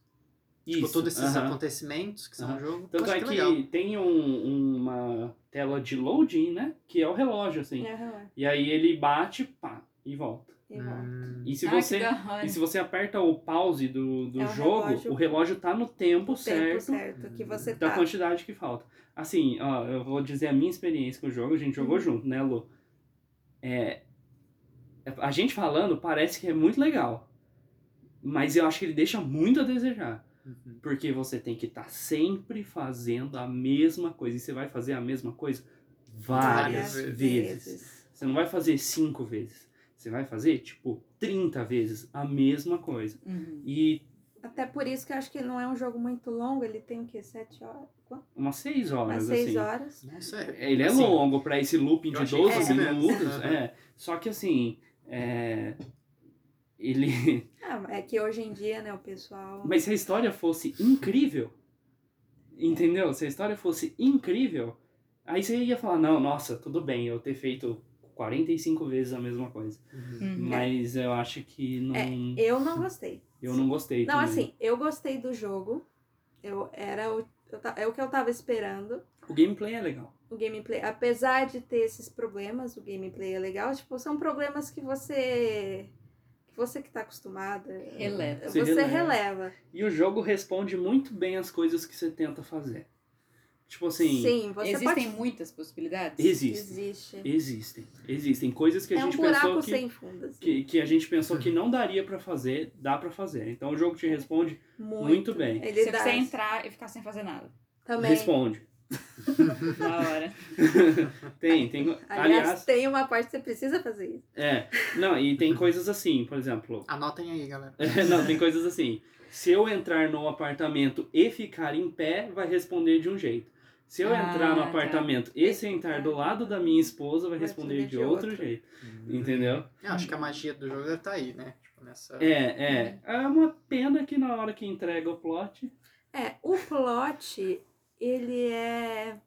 [SPEAKER 2] Tipo,
[SPEAKER 3] Isso,
[SPEAKER 2] todos esses
[SPEAKER 3] aham.
[SPEAKER 2] acontecimentos que são
[SPEAKER 3] Aham.
[SPEAKER 2] no jogo. eu
[SPEAKER 3] Tanto
[SPEAKER 2] acho
[SPEAKER 3] é
[SPEAKER 2] que
[SPEAKER 3] que
[SPEAKER 2] legal.
[SPEAKER 3] tem um- uma tela de loading, né? Que é o relógio, assim.
[SPEAKER 4] Aham, é.
[SPEAKER 3] E aí ele bate, pá, e volta.
[SPEAKER 4] E volta.
[SPEAKER 2] Hum,
[SPEAKER 3] E se
[SPEAKER 5] Ah,
[SPEAKER 3] você.
[SPEAKER 5] que da hora.
[SPEAKER 3] E se você aperta o pause do, do
[SPEAKER 4] É o
[SPEAKER 3] jogo,
[SPEAKER 4] relógio-
[SPEAKER 3] o relógio tá no tempo,
[SPEAKER 4] O tempo
[SPEAKER 3] certo,
[SPEAKER 4] certo que você
[SPEAKER 3] da
[SPEAKER 4] tá.
[SPEAKER 3] quantidade que falta. Assim, ó, eu vou dizer a minha experiência com o jogo, a gente
[SPEAKER 4] Uhum.
[SPEAKER 3] jogou junto, né, Lu? É, a gente falando parece que é muito legal, mas eu acho que ele deixa muito a desejar.
[SPEAKER 2] uhum.
[SPEAKER 3] Porque você tem que estar sempre fazendo a mesma coisa. E você vai fazer a mesma coisa várias,
[SPEAKER 2] Várias
[SPEAKER 3] vezes. Você não vai fazer cinco vezes. Você vai fazer, tipo, 30 vezes a mesma coisa.
[SPEAKER 5] Uhum.
[SPEAKER 3] E
[SPEAKER 4] Até por isso que eu acho que não é um jogo muito longo, ele tem o quê? Sete horas? Quanto?
[SPEAKER 3] umas seis
[SPEAKER 4] Umas
[SPEAKER 3] horas,
[SPEAKER 4] seis
[SPEAKER 3] assim.
[SPEAKER 4] horas.
[SPEAKER 2] Nossa, é.
[SPEAKER 3] Ele é
[SPEAKER 2] Assim,
[SPEAKER 3] longo pra esse looping
[SPEAKER 2] eu
[SPEAKER 3] de
[SPEAKER 2] achei
[SPEAKER 3] 12
[SPEAKER 4] que
[SPEAKER 2] era
[SPEAKER 3] minutos.
[SPEAKER 2] menos.
[SPEAKER 3] É. Só que, assim, é... Ele...
[SPEAKER 4] Ah, mas é que hoje em dia, né, o pessoal.
[SPEAKER 3] Mas se a história fosse incrível, entendeu? Se a história fosse incrível, aí você ia falar, não, nossa, tudo bem eu ter feito 45 vezes a mesma coisa.
[SPEAKER 2] Uhum.
[SPEAKER 4] É.
[SPEAKER 5] Uhum.
[SPEAKER 3] Mas eu acho que não.
[SPEAKER 4] Eu não gostei.
[SPEAKER 3] eu não gostei.
[SPEAKER 4] É, Não,
[SPEAKER 3] também.
[SPEAKER 4] assim, eu gostei do jogo. Eu era o, eu ta- é o que eu tava esperando.
[SPEAKER 3] O gameplay é legal.
[SPEAKER 4] O gameplay, apesar de ter esses problemas, o gameplay é legal. Tipo, são problemas que você que você que tá acostumado, é,
[SPEAKER 5] Releva.
[SPEAKER 3] Se
[SPEAKER 4] você
[SPEAKER 3] releva.
[SPEAKER 4] releva.
[SPEAKER 3] E o jogo responde muito bem as coisas que você tenta fazer. Tipo assim.
[SPEAKER 4] você
[SPEAKER 5] Existem
[SPEAKER 4] pode...
[SPEAKER 5] muitas possibilidades.
[SPEAKER 3] Existem.
[SPEAKER 4] existe.
[SPEAKER 3] Existem. Existem coisas que a
[SPEAKER 4] é um
[SPEAKER 3] gente
[SPEAKER 4] buraco
[SPEAKER 3] pensou que,
[SPEAKER 4] sem fundo. assim.
[SPEAKER 3] que, que a gente pensou que não daria pra fazer, dá pra fazer. Então o jogo
[SPEAKER 4] É.
[SPEAKER 3] te responde,
[SPEAKER 4] Muito.
[SPEAKER 3] muito bem.
[SPEAKER 4] Ele
[SPEAKER 5] Se
[SPEAKER 4] dá
[SPEAKER 5] você entrar e ficar sem fazer nada.
[SPEAKER 4] também.
[SPEAKER 3] responde.
[SPEAKER 5] Da hora.
[SPEAKER 3] tem, tem.
[SPEAKER 4] Aliás,
[SPEAKER 3] Aliás,
[SPEAKER 4] tem uma parte que você precisa fazer isso.
[SPEAKER 3] é. Não, e tem coisas assim, por exemplo.
[SPEAKER 2] Anotem aí, galera.
[SPEAKER 3] não, tem coisas assim. Se eu entrar no apartamento e ficar em pé, vai responder de um jeito. Se eu
[SPEAKER 5] Ah,
[SPEAKER 3] entrar no
[SPEAKER 5] tá.
[SPEAKER 3] apartamento e sentar do lado da minha esposa, vai responder de outro jeito. Entendeu?
[SPEAKER 4] Uhum.
[SPEAKER 2] Eu acho que a magia do jogo deve estar aí, né? Tipo, nessa.
[SPEAKER 3] É, é. É uma pena que na hora que entrega o plot.
[SPEAKER 4] É, o plot, ele é.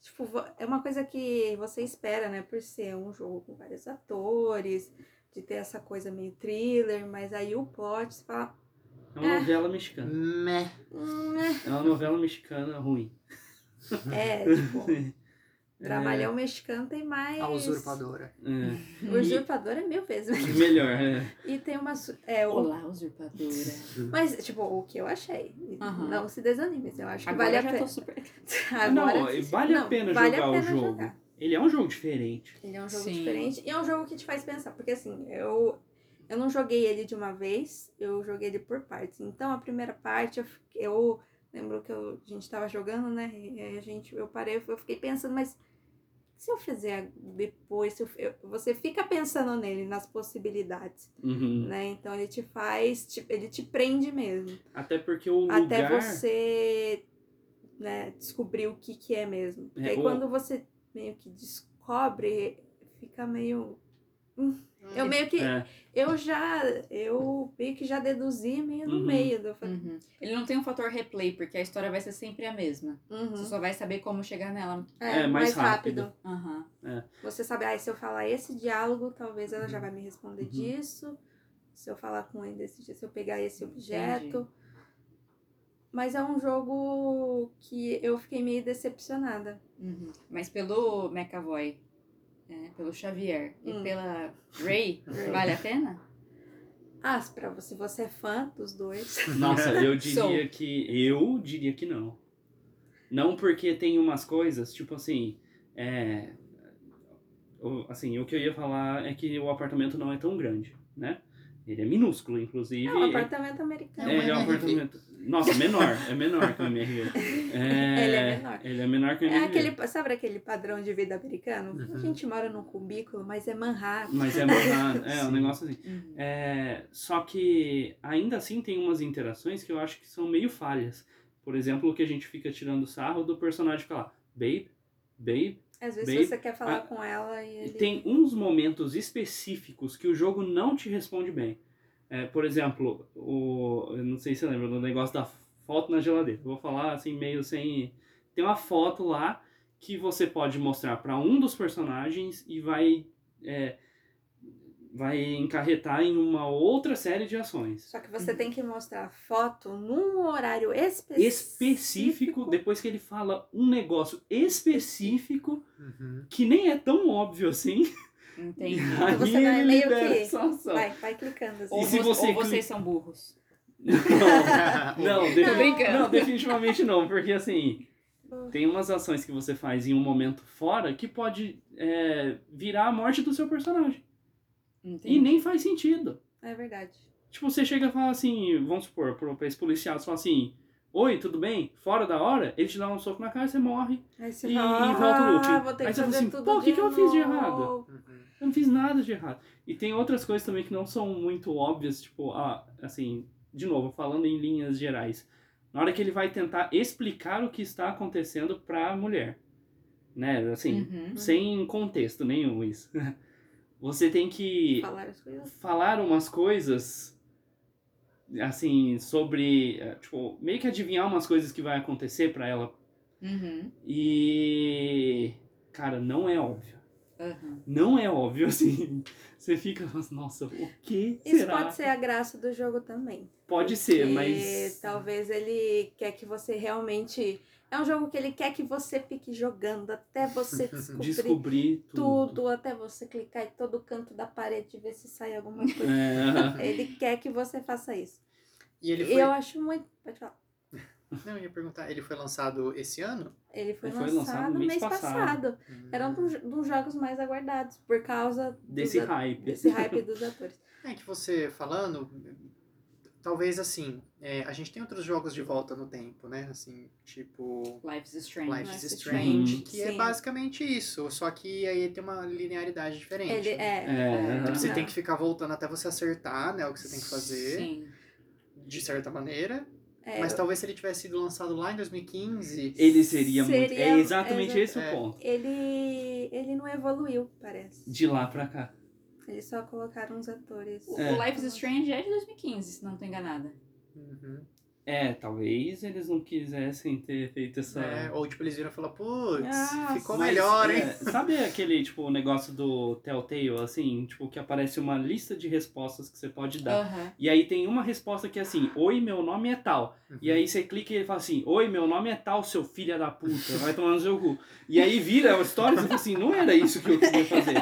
[SPEAKER 4] Tipo, vo- é uma coisa que você espera, né? Por ser um jogo com vários atores, de ter essa coisa meio thriller, mas aí o plot, você fala.
[SPEAKER 3] É uma
[SPEAKER 4] É.
[SPEAKER 3] novela mexicana.
[SPEAKER 2] Meh.
[SPEAKER 4] "Hum, né?"
[SPEAKER 3] É uma novela mexicana ruim.
[SPEAKER 4] É, tipo.
[SPEAKER 5] É.
[SPEAKER 4] Dramalhão mexicano tem mais.
[SPEAKER 3] Ah,
[SPEAKER 2] A usurpadora.
[SPEAKER 3] É.
[SPEAKER 4] Usurpador é mil vezes.
[SPEAKER 3] Melhor, é.
[SPEAKER 4] E tem uma. su- É, o...
[SPEAKER 5] Olá, usurpadora.
[SPEAKER 4] Mas, tipo, o que eu achei.
[SPEAKER 5] Aham.
[SPEAKER 4] Não se desanime, eu acho que
[SPEAKER 5] Agora
[SPEAKER 4] vale a
[SPEAKER 5] eu já
[SPEAKER 4] pena.
[SPEAKER 5] tô super.
[SPEAKER 4] Agora,
[SPEAKER 3] Não, vale a
[SPEAKER 4] não,
[SPEAKER 3] pena
[SPEAKER 4] vale
[SPEAKER 3] jogar
[SPEAKER 4] a
[SPEAKER 3] o
[SPEAKER 4] pena
[SPEAKER 3] jogo.
[SPEAKER 4] jogar.
[SPEAKER 3] Ele é um jogo diferente.
[SPEAKER 4] Ele é um jogo
[SPEAKER 5] Sim.
[SPEAKER 4] diferente e é um jogo que te faz pensar, porque assim, eu eu não joguei ele de uma vez, eu joguei ele por partes. Então a primeira parte eu, fi- eu lembro que eu- a gente tava jogando, né? E aí a gente eu parei, eu fiquei pensando, mas se eu fizer depois, se eu, eu- você fica pensando nele, nas possibilidades,
[SPEAKER 3] Uhum.
[SPEAKER 4] né? Então ele te faz, te- ele te prende mesmo.
[SPEAKER 3] Até porque o lugar.
[SPEAKER 4] Até você né, descobrir o que, que é mesmo. Porque
[SPEAKER 3] É,
[SPEAKER 4] aí
[SPEAKER 3] o-
[SPEAKER 4] quando você meio hum. que descobre, fica meio. Eu meio que.
[SPEAKER 3] É.
[SPEAKER 4] Eu já. Eu meio que já deduzi meio no
[SPEAKER 3] Uhum.
[SPEAKER 4] meio. Do...
[SPEAKER 5] Uhum. Ele não tem um fator replay, porque a história vai ser sempre a mesma.
[SPEAKER 4] Uhum.
[SPEAKER 5] Você só vai saber como chegar nela.
[SPEAKER 4] É,
[SPEAKER 3] É, mais
[SPEAKER 4] mais rápido.
[SPEAKER 3] rápido.
[SPEAKER 5] Aham.
[SPEAKER 4] Você sabe, ah, se eu falar esse diálogo, talvez ela já vai me responder
[SPEAKER 3] Uhum.
[SPEAKER 4] disso. Se eu falar com ele desse jeito, se eu pegar esse objeto. Mas é um jogo que eu fiquei meio decepcionada.
[SPEAKER 5] Uhum. Mas pelo McAvoy, é, pelo Xavier
[SPEAKER 4] Hum.
[SPEAKER 5] e pela Ray,
[SPEAKER 4] Ray.
[SPEAKER 5] vale a pena?
[SPEAKER 4] Ah, se pra você, você é fã dos dois.
[SPEAKER 3] Nossa, eu diria
[SPEAKER 5] Sou.
[SPEAKER 3] que. Eu diria que não. Não porque tem umas coisas, tipo assim. É. o- Assim, o que eu ia falar é que o apartamento não é tão grande, né? Ele é minúsculo, inclusive.
[SPEAKER 4] É um apartamento americano.
[SPEAKER 3] É, ele é um
[SPEAKER 2] MRV.
[SPEAKER 3] apartamento. Nossa, menor. É menor que o MRV. É,
[SPEAKER 4] Ele é menor.
[SPEAKER 3] Ele é menor que o
[SPEAKER 4] É
[SPEAKER 3] MRV.
[SPEAKER 4] aquele, sabe aquele padrão de vida americano?
[SPEAKER 3] Uhum.
[SPEAKER 4] A gente mora num cubículo, mas é Manhattan.
[SPEAKER 3] Mas é menor. É, um
[SPEAKER 2] Sim.
[SPEAKER 3] negócio assim.
[SPEAKER 5] Uhum.
[SPEAKER 3] É, só que ainda assim tem umas interações que eu acho que são meio falhas. Por exemplo, o que a gente fica tirando sarro do personagem ficar lá, babe, babe.
[SPEAKER 4] Às vezes
[SPEAKER 3] Babe,
[SPEAKER 4] você quer falar
[SPEAKER 3] ah,
[SPEAKER 4] com ela e
[SPEAKER 3] E
[SPEAKER 4] ele...
[SPEAKER 3] tem uns momentos específicos que o jogo não te responde bem. É, por exemplo, o, eu não sei se você lembra do negócio da foto na geladeira. Eu Vou falar assim meio sem. Tem uma foto lá que você pode mostrar para um dos personagens e vai é, vai encarretar em uma outra série de ações.
[SPEAKER 4] Só que você tem que mostrar a foto num horário específico.
[SPEAKER 3] específico, depois que ele fala um negócio específico
[SPEAKER 2] Uhum.
[SPEAKER 3] que nem é tão óbvio assim.
[SPEAKER 5] Entendi.
[SPEAKER 3] Aí
[SPEAKER 4] você
[SPEAKER 3] ele
[SPEAKER 4] vai meio
[SPEAKER 3] libera
[SPEAKER 4] que-
[SPEAKER 3] essa ação.
[SPEAKER 4] Vai, vai clicando assim.
[SPEAKER 5] Ou,
[SPEAKER 3] E se
[SPEAKER 5] vo-
[SPEAKER 3] você
[SPEAKER 5] ou
[SPEAKER 3] clica-
[SPEAKER 5] vocês são burros.
[SPEAKER 3] Não,
[SPEAKER 2] Ou-
[SPEAKER 5] Tô
[SPEAKER 3] defi-
[SPEAKER 5] brincando.
[SPEAKER 3] não, definitivamente não, porque assim, tem umas ações que você faz em um momento fora que pode é, virar a morte do seu personagem. E
[SPEAKER 5] Entendi.
[SPEAKER 3] nem faz sentido.
[SPEAKER 4] É verdade.
[SPEAKER 3] Tipo, você chega e fala assim, vamos supor, pro- pra esse policial, você fala assim, oi, tudo bem? Fora da hora, ele te dá um soco na cara e você morre.
[SPEAKER 4] Aí você
[SPEAKER 3] E-
[SPEAKER 4] fala,
[SPEAKER 3] e volta o looping.
[SPEAKER 4] ah, vou ter
[SPEAKER 3] Aí
[SPEAKER 4] que
[SPEAKER 3] você fala
[SPEAKER 4] fazer
[SPEAKER 3] assim,
[SPEAKER 4] tudo
[SPEAKER 3] pô, o que que eu fiz de errado?
[SPEAKER 4] novo.
[SPEAKER 2] Uhum.
[SPEAKER 3] Eu não fiz nada de errado. E tem outras coisas também que não são muito óbvias, tipo, ah, assim, de novo, falando em linhas gerais. Na hora que ele vai tentar explicar o que está acontecendo pra mulher, né? Assim,
[SPEAKER 5] Uhum.
[SPEAKER 3] sem contexto nenhum isso. Você tem que
[SPEAKER 4] Falar as coisas.
[SPEAKER 3] falar umas coisas, assim, sobre, eh, tipo, meio que adivinhar umas coisas que vai acontecer pra ela.
[SPEAKER 5] Uhum.
[SPEAKER 3] E, cara, não é óbvio
[SPEAKER 5] Aham.
[SPEAKER 3] não é óbvio, assim. Você fica, nossa, o que
[SPEAKER 4] Isso
[SPEAKER 3] será?
[SPEAKER 4] pode ser a graça do jogo também.
[SPEAKER 3] Pode ser,
[SPEAKER 4] Porque tá
[SPEAKER 3] mas...
[SPEAKER 4] É, Talvez ele quer que você realmente... É um jogo que ele quer que você fique jogando até você descobrir
[SPEAKER 3] Descobrir
[SPEAKER 4] tudo,
[SPEAKER 3] tudo.
[SPEAKER 4] até você clicar em todo canto da parede e ver se sai alguma coisa.
[SPEAKER 3] É,
[SPEAKER 4] ele quer que você faça isso.
[SPEAKER 2] E ele foi.
[SPEAKER 4] Eu acho muito... Pode falar.
[SPEAKER 2] Não, eu ia perguntar, ele foi lançado esse ano?
[SPEAKER 4] Ele foi,
[SPEAKER 3] Ele foi
[SPEAKER 4] lançado, no mês,
[SPEAKER 3] passado. Ah.
[SPEAKER 4] passado. Era um dos, dos jogos mais aguardados por causa dos
[SPEAKER 3] desse
[SPEAKER 4] a-
[SPEAKER 3] hype.
[SPEAKER 4] desse hype dos atores.
[SPEAKER 2] É que você falando, talvez assim, é, a gente tem outros jogos de volta no tempo, né? Assim, tipo
[SPEAKER 5] Life is Strange.
[SPEAKER 2] Life is
[SPEAKER 4] Life is
[SPEAKER 2] Strange,
[SPEAKER 3] Strange.
[SPEAKER 2] que é
[SPEAKER 4] né? Sim.
[SPEAKER 2] basicamente isso, só que aí tem uma linearidade diferente.
[SPEAKER 4] Ele
[SPEAKER 2] né?
[SPEAKER 4] é.
[SPEAKER 3] É,
[SPEAKER 2] Então, Você
[SPEAKER 4] Aham.
[SPEAKER 2] tem que ficar voltando até você acertar, né, o que você tem que fazer,
[SPEAKER 5] Sim.
[SPEAKER 2] de certa maneira.
[SPEAKER 4] é,
[SPEAKER 2] Mas talvez se ele tivesse sido lançado lá em 2015,
[SPEAKER 3] Ele seria, muito...
[SPEAKER 4] Seria-
[SPEAKER 3] É exatamente
[SPEAKER 4] exa-
[SPEAKER 3] esse
[SPEAKER 2] é.
[SPEAKER 3] o ponto.
[SPEAKER 4] ele, ele não evoluiu, parece.
[SPEAKER 3] De lá pra cá.
[SPEAKER 4] Eles só colocaram uns atores.
[SPEAKER 5] O,
[SPEAKER 3] É.
[SPEAKER 5] o Life is Strange é de 2015, se não tô enganada.
[SPEAKER 2] uhum,
[SPEAKER 3] É, talvez eles não quisessem ter feito essa...
[SPEAKER 2] né, ou tipo eles viram e falaram, putz,
[SPEAKER 4] Ah,
[SPEAKER 2] ficou
[SPEAKER 3] Mas,
[SPEAKER 2] melhor,
[SPEAKER 3] é,
[SPEAKER 2] hein?
[SPEAKER 3] sabe aquele, tipo, negócio do Telltale, assim? Tipo, que aparece uma lista de respostas que você pode
[SPEAKER 4] É.
[SPEAKER 3] dar.
[SPEAKER 5] Aham.
[SPEAKER 3] E aí tem uma resposta que é assim, oi, meu nome é tal. E aí você clica e ele fala assim, oi, meu nome é tal, seu filho da puta, vai tomar no seu cu. E aí vira a história e você fala assim, não era isso que eu queria fazer.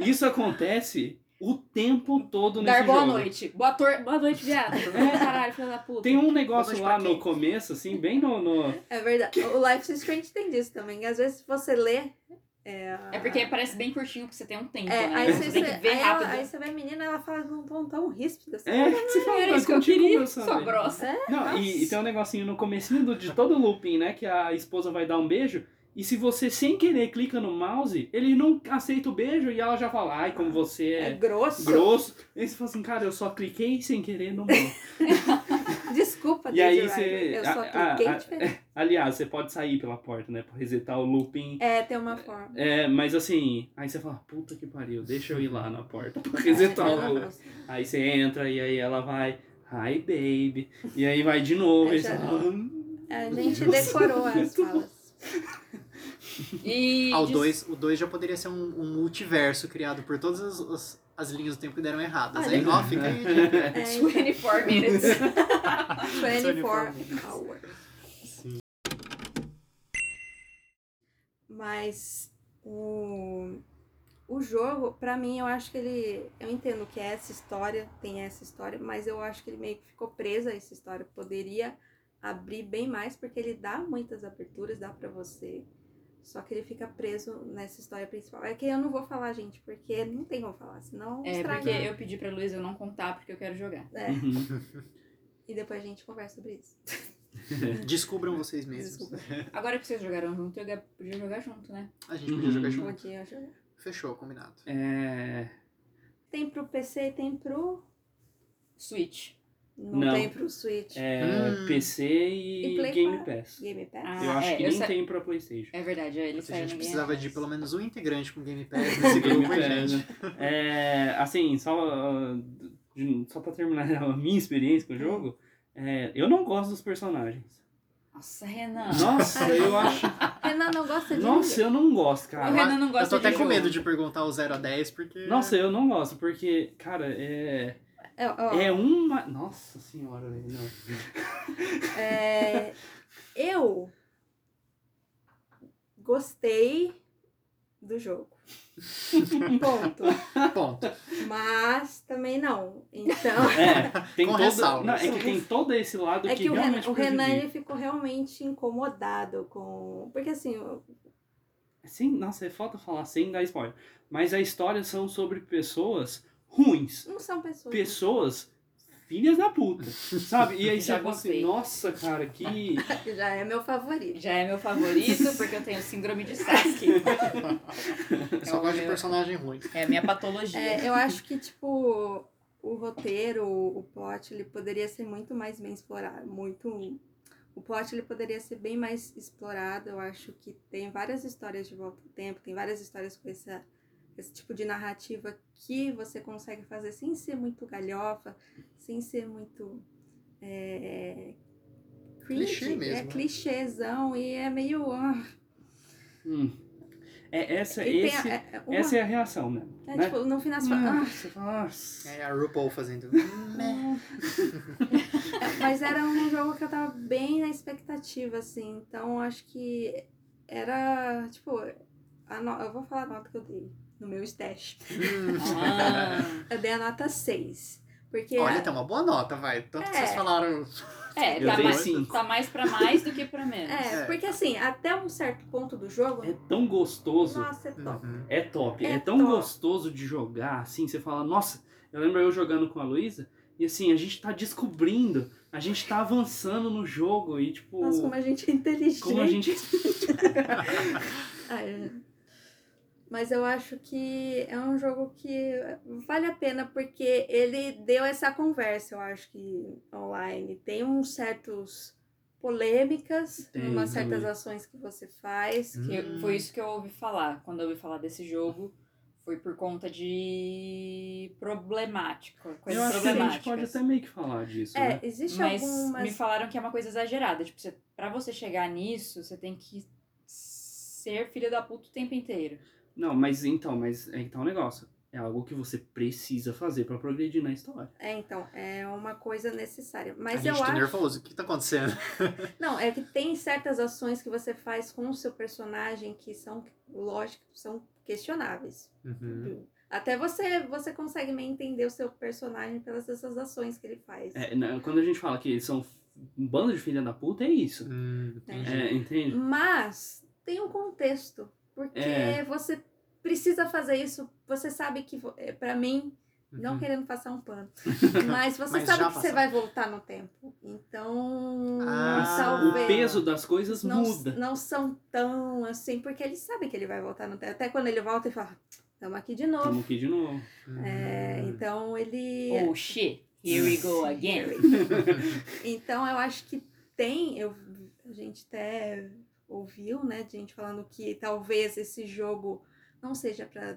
[SPEAKER 3] Isso acontece o tempo todo nesse
[SPEAKER 5] Dar boa
[SPEAKER 3] jogo.
[SPEAKER 5] noite. Boa, tor- boa noite, viado. Caralho, filha da puta.
[SPEAKER 3] Tem um negócio
[SPEAKER 2] Boa
[SPEAKER 3] lá
[SPEAKER 2] noite pra quem?
[SPEAKER 3] no começo, assim, bem no... no-
[SPEAKER 4] É verdade. O Life is Strange tem disso também. Às vezes você lê. É,
[SPEAKER 5] É porque parece bem curtinho, porque você tem um tempo,
[SPEAKER 4] É,
[SPEAKER 5] né?
[SPEAKER 4] aí,
[SPEAKER 5] você
[SPEAKER 4] você,
[SPEAKER 5] tem que ver
[SPEAKER 4] aí, ela-
[SPEAKER 5] rápido.
[SPEAKER 4] aí você vê a menina ela fala num tom tão ríspido assim. é
[SPEAKER 3] É, que você fala,
[SPEAKER 5] Era
[SPEAKER 3] mas
[SPEAKER 5] isso que eu
[SPEAKER 3] contigo,
[SPEAKER 5] queria,
[SPEAKER 3] meu
[SPEAKER 5] sua
[SPEAKER 3] sabe?
[SPEAKER 5] grossa.
[SPEAKER 3] Não, e, e tem um negocinho no comecinho do- de todo looping, né? Que a esposa vai dar um beijo. E se você, sem querer, clica no mouse, ele não aceita o beijo e ela já fala, ai, como você é
[SPEAKER 4] É, grosso.
[SPEAKER 3] grosso. Aí você fala assim, cara, eu só cliquei sem querer no mouse.
[SPEAKER 4] Desculpa,
[SPEAKER 3] E aí
[SPEAKER 4] Daisy Ridley,
[SPEAKER 3] você.
[SPEAKER 4] Eu só
[SPEAKER 3] a- a-
[SPEAKER 4] apliquei
[SPEAKER 3] a-
[SPEAKER 4] diferente.
[SPEAKER 3] Aliás, você pode sair pela porta, né? Pra resetar o looping.
[SPEAKER 4] É, tem uma forma.
[SPEAKER 3] É, mas assim, aí você fala, puta que pariu, deixa eu ir lá na porta pra
[SPEAKER 4] É,
[SPEAKER 3] resetar tá, o looping. Aí você entra e aí ela vai, hi baby. E aí vai de novo.
[SPEAKER 4] Aí
[SPEAKER 3] e
[SPEAKER 4] já-
[SPEAKER 3] você fala, "Hum."
[SPEAKER 4] A gente decorou as falas.
[SPEAKER 5] E.
[SPEAKER 2] Ah, o
[SPEAKER 5] diz-
[SPEAKER 2] 2 o dois já poderia ser um, um multiverso criado por todas as, as, as linhas do tempo que deram erradas.
[SPEAKER 4] Olha.
[SPEAKER 2] Aí, ó, fica aí. gente.
[SPEAKER 4] É, então,
[SPEAKER 5] 24 minutes.
[SPEAKER 4] 24
[SPEAKER 2] Uniforme.
[SPEAKER 4] hours. Mas o, o jogo, pra mim, eu acho que ele. Eu entendo que é essa história, tem essa história, mas eu acho que ele meio que ficou preso a essa história. Poderia abrir bem mais, porque ele dá muitas aberturas, dá pra você. Só que ele fica preso nessa história principal. É que eu não vou falar, gente, porque não tem como falar, senão
[SPEAKER 5] É,
[SPEAKER 4] estraga.
[SPEAKER 5] porque eu pedi pra Luísa eu não contar porque eu quero jogar.
[SPEAKER 4] É,
[SPEAKER 3] Uhum.
[SPEAKER 4] e depois a gente conversa sobre isso.
[SPEAKER 2] É. Descubram vocês mesmos.
[SPEAKER 4] Desculpa.
[SPEAKER 5] Agora que vocês jogaram junto, eu podia jogar junto, né?
[SPEAKER 2] A gente podia
[SPEAKER 3] Uhum.
[SPEAKER 2] jogar junto.
[SPEAKER 4] Podia jogar.
[SPEAKER 2] Fechou, combinado.
[SPEAKER 3] É,
[SPEAKER 4] Tem pro PC e tem pro.
[SPEAKER 5] Switch.
[SPEAKER 4] Não,
[SPEAKER 3] Não.
[SPEAKER 4] tem pro Switch.
[SPEAKER 3] é,
[SPEAKER 2] Hum.
[SPEAKER 3] PC e,
[SPEAKER 4] E Play
[SPEAKER 3] Game
[SPEAKER 4] quatro.
[SPEAKER 3] Pass.
[SPEAKER 4] Game Pass?
[SPEAKER 5] Ah,
[SPEAKER 3] Eu acho
[SPEAKER 5] é,
[SPEAKER 3] que
[SPEAKER 5] eu
[SPEAKER 3] nem
[SPEAKER 5] sa-
[SPEAKER 3] tem pra Playstation.
[SPEAKER 5] É verdade, é, ele
[SPEAKER 2] Se a
[SPEAKER 5] saiu
[SPEAKER 2] gente
[SPEAKER 5] na
[SPEAKER 2] precisava
[SPEAKER 5] Game
[SPEAKER 2] de
[SPEAKER 5] Pass.
[SPEAKER 2] pelo menos um integrante com Game Pass nesse grupo, hein,
[SPEAKER 3] Pass,
[SPEAKER 2] gente.
[SPEAKER 3] né? É, assim, só, uh, de- só pra terminar a minha experiência com o jogo, é, eu não gosto dos personagens.
[SPEAKER 5] Nossa, Renan.
[SPEAKER 3] Nossa, eu acho.
[SPEAKER 4] Ah, Renan não gosta de
[SPEAKER 3] Nossa, eu não gosto,
[SPEAKER 5] O
[SPEAKER 3] cara.
[SPEAKER 5] Renan não gosta
[SPEAKER 2] Eu tô até
[SPEAKER 5] de
[SPEAKER 2] com
[SPEAKER 5] jogo.
[SPEAKER 2] medo de perguntar o 0 a 10, porque.
[SPEAKER 3] Nossa, eu não gosto, porque, cara, é.
[SPEAKER 4] É, ó,
[SPEAKER 3] É uma. Nossa senhora, velho. não.
[SPEAKER 4] é, eu gostei do jogo. Ponto.
[SPEAKER 2] Ponto.
[SPEAKER 4] Mas também não. Então.
[SPEAKER 3] É, tem
[SPEAKER 2] Com
[SPEAKER 3] todo.
[SPEAKER 2] ressalvas.
[SPEAKER 3] não, é que tem todo esse lado
[SPEAKER 4] É
[SPEAKER 3] que,
[SPEAKER 4] que o
[SPEAKER 3] realmente.
[SPEAKER 4] Renan, o Renan,
[SPEAKER 3] prejudica.
[SPEAKER 4] ele ficou realmente incomodado com. Porque assim, o-
[SPEAKER 3] Sim, nossa, é falta falar sem dar spoiler. Mas a história são sobre pessoas ruins.
[SPEAKER 4] não são pessoas.
[SPEAKER 3] Pessoas filhas da puta. Sabe? E aí você
[SPEAKER 5] Já
[SPEAKER 3] fala assim,
[SPEAKER 5] gostei.
[SPEAKER 3] nossa, cara, que.
[SPEAKER 4] que Já é meu favorito.
[SPEAKER 5] Já é meu favorito porque eu tenho síndrome de Sasuke.
[SPEAKER 2] Eu só
[SPEAKER 5] o
[SPEAKER 2] gosto de
[SPEAKER 5] meu-
[SPEAKER 2] personagem ruim.
[SPEAKER 5] É a minha patologia.
[SPEAKER 4] É, eu acho que, tipo, o roteiro, o o plot, ele poderia ser muito mais bem explorado. Muito. O plot ele poderia ser bem mais explorado. Eu acho que tem várias histórias de volta ao tempo, tem várias histórias com essa, esse tipo de narrativa que você consegue fazer sem ser muito galhofa, sem ser muito. É, cringe,
[SPEAKER 2] Clichê mesmo,
[SPEAKER 4] É
[SPEAKER 2] né?
[SPEAKER 4] clichêzão e é meio. ah,
[SPEAKER 3] Hum. É, essa,
[SPEAKER 4] e tem
[SPEAKER 3] esse,
[SPEAKER 4] a- é- uma-
[SPEAKER 3] essa é a reação, né?
[SPEAKER 4] é,
[SPEAKER 3] né?
[SPEAKER 4] tipo, no final você fala,
[SPEAKER 3] Hum,
[SPEAKER 4] "Ah,
[SPEAKER 3] você fala, nossa.
[SPEAKER 2] É a RuPaul fazendo.
[SPEAKER 4] Mas era um jogo que eu tava bem na expectativa, assim. Então acho que era, tipo, a no- eu vou falar a nota que eu dei no meu stash.
[SPEAKER 5] Ah,
[SPEAKER 4] Eu dei a nota 6. Porque.
[SPEAKER 2] Olha, tem uma boa nota, vai. Tanto que vocês
[SPEAKER 4] É.
[SPEAKER 2] falaram.
[SPEAKER 5] é,
[SPEAKER 3] Eu
[SPEAKER 5] tá
[SPEAKER 3] dei
[SPEAKER 5] mais,
[SPEAKER 3] cinco.
[SPEAKER 5] tá mais pra mais do que pra menos.
[SPEAKER 4] É, porque assim, até um certo ponto do jogo.
[SPEAKER 3] É tão gostoso.
[SPEAKER 4] Nossa, é top.
[SPEAKER 2] Uhum.
[SPEAKER 3] É top. É,
[SPEAKER 4] É
[SPEAKER 3] tão
[SPEAKER 4] top.
[SPEAKER 3] gostoso de jogar, assim, você fala, nossa, eu lembro eu jogando com a Luísa, e assim, a gente tá descobrindo, a gente tá avançando no jogo, e tipo,
[SPEAKER 4] Nossa, como a gente é inteligente.
[SPEAKER 3] como a gente...
[SPEAKER 4] Ah, é. Mas eu acho que é um jogo que vale a pena porque ele deu essa conversa, eu acho que online. Tem uns certos polêmicas,
[SPEAKER 3] Tem,
[SPEAKER 4] umas
[SPEAKER 3] tem.
[SPEAKER 4] certas ações que você faz.
[SPEAKER 5] Que
[SPEAKER 2] Hum.
[SPEAKER 5] Foi isso que eu ouvi falar. Quando eu ouvi falar desse jogo, foi por conta de problemática.
[SPEAKER 3] Eu
[SPEAKER 5] Coisas
[SPEAKER 3] acho que a gente
[SPEAKER 5] problemáticas.
[SPEAKER 3] pode até meio que falar disso, né?
[SPEAKER 4] É, existe
[SPEAKER 5] Mas me
[SPEAKER 4] algumas.
[SPEAKER 5] falaram que é uma coisa exagerada. Tipo, você, pra você chegar nisso, você tem que ser filha da puta o tempo inteiro.
[SPEAKER 3] Não, mas então, mas é que tá um negócio. É algo que você precisa fazer pra progredir na história.
[SPEAKER 4] É, então, é uma coisa necessária.
[SPEAKER 2] A
[SPEAKER 4] Mas eu
[SPEAKER 2] gente tá
[SPEAKER 4] acho.
[SPEAKER 2] nervoso. O que tá acontecendo?
[SPEAKER 4] Não, é que tem certas ações que você faz com o seu personagem que são, lógico, são questionáveis.
[SPEAKER 2] Uhum.
[SPEAKER 4] Até você, você consegue meio entender o seu personagem pelas essas ações que ele faz.
[SPEAKER 3] É, né, quando a gente fala que eles são um bando de filha da puta, é
[SPEAKER 4] Né?
[SPEAKER 3] isso.
[SPEAKER 2] Hum, entendi.
[SPEAKER 3] É, entende?
[SPEAKER 4] Mas tem um contexto, porque
[SPEAKER 3] É.
[SPEAKER 4] você precisa fazer isso. Você sabe que, vo- é, pra mim, não
[SPEAKER 2] Uhum.
[SPEAKER 4] querendo passar um pano, mas você
[SPEAKER 2] Mas
[SPEAKER 4] sabe
[SPEAKER 2] já
[SPEAKER 4] que você
[SPEAKER 2] passou.
[SPEAKER 4] vai voltar no tempo. Então,
[SPEAKER 3] O
[SPEAKER 2] Ah,
[SPEAKER 4] talvez.
[SPEAKER 3] peso das coisas
[SPEAKER 4] não,
[SPEAKER 3] muda.
[SPEAKER 4] não são tão assim, porque ele sabe que ele vai voltar no tempo. Até quando ele volta, ele fala: Tamo aqui de novo.
[SPEAKER 2] Uhum.
[SPEAKER 3] Estamos aqui de novo.
[SPEAKER 2] Hum.
[SPEAKER 4] É, então ele.
[SPEAKER 5] Oh, shit. Here we go again.
[SPEAKER 4] Então eu acho que tem, eu, a gente até ouviu, né, de gente falando que talvez esse jogo não seja para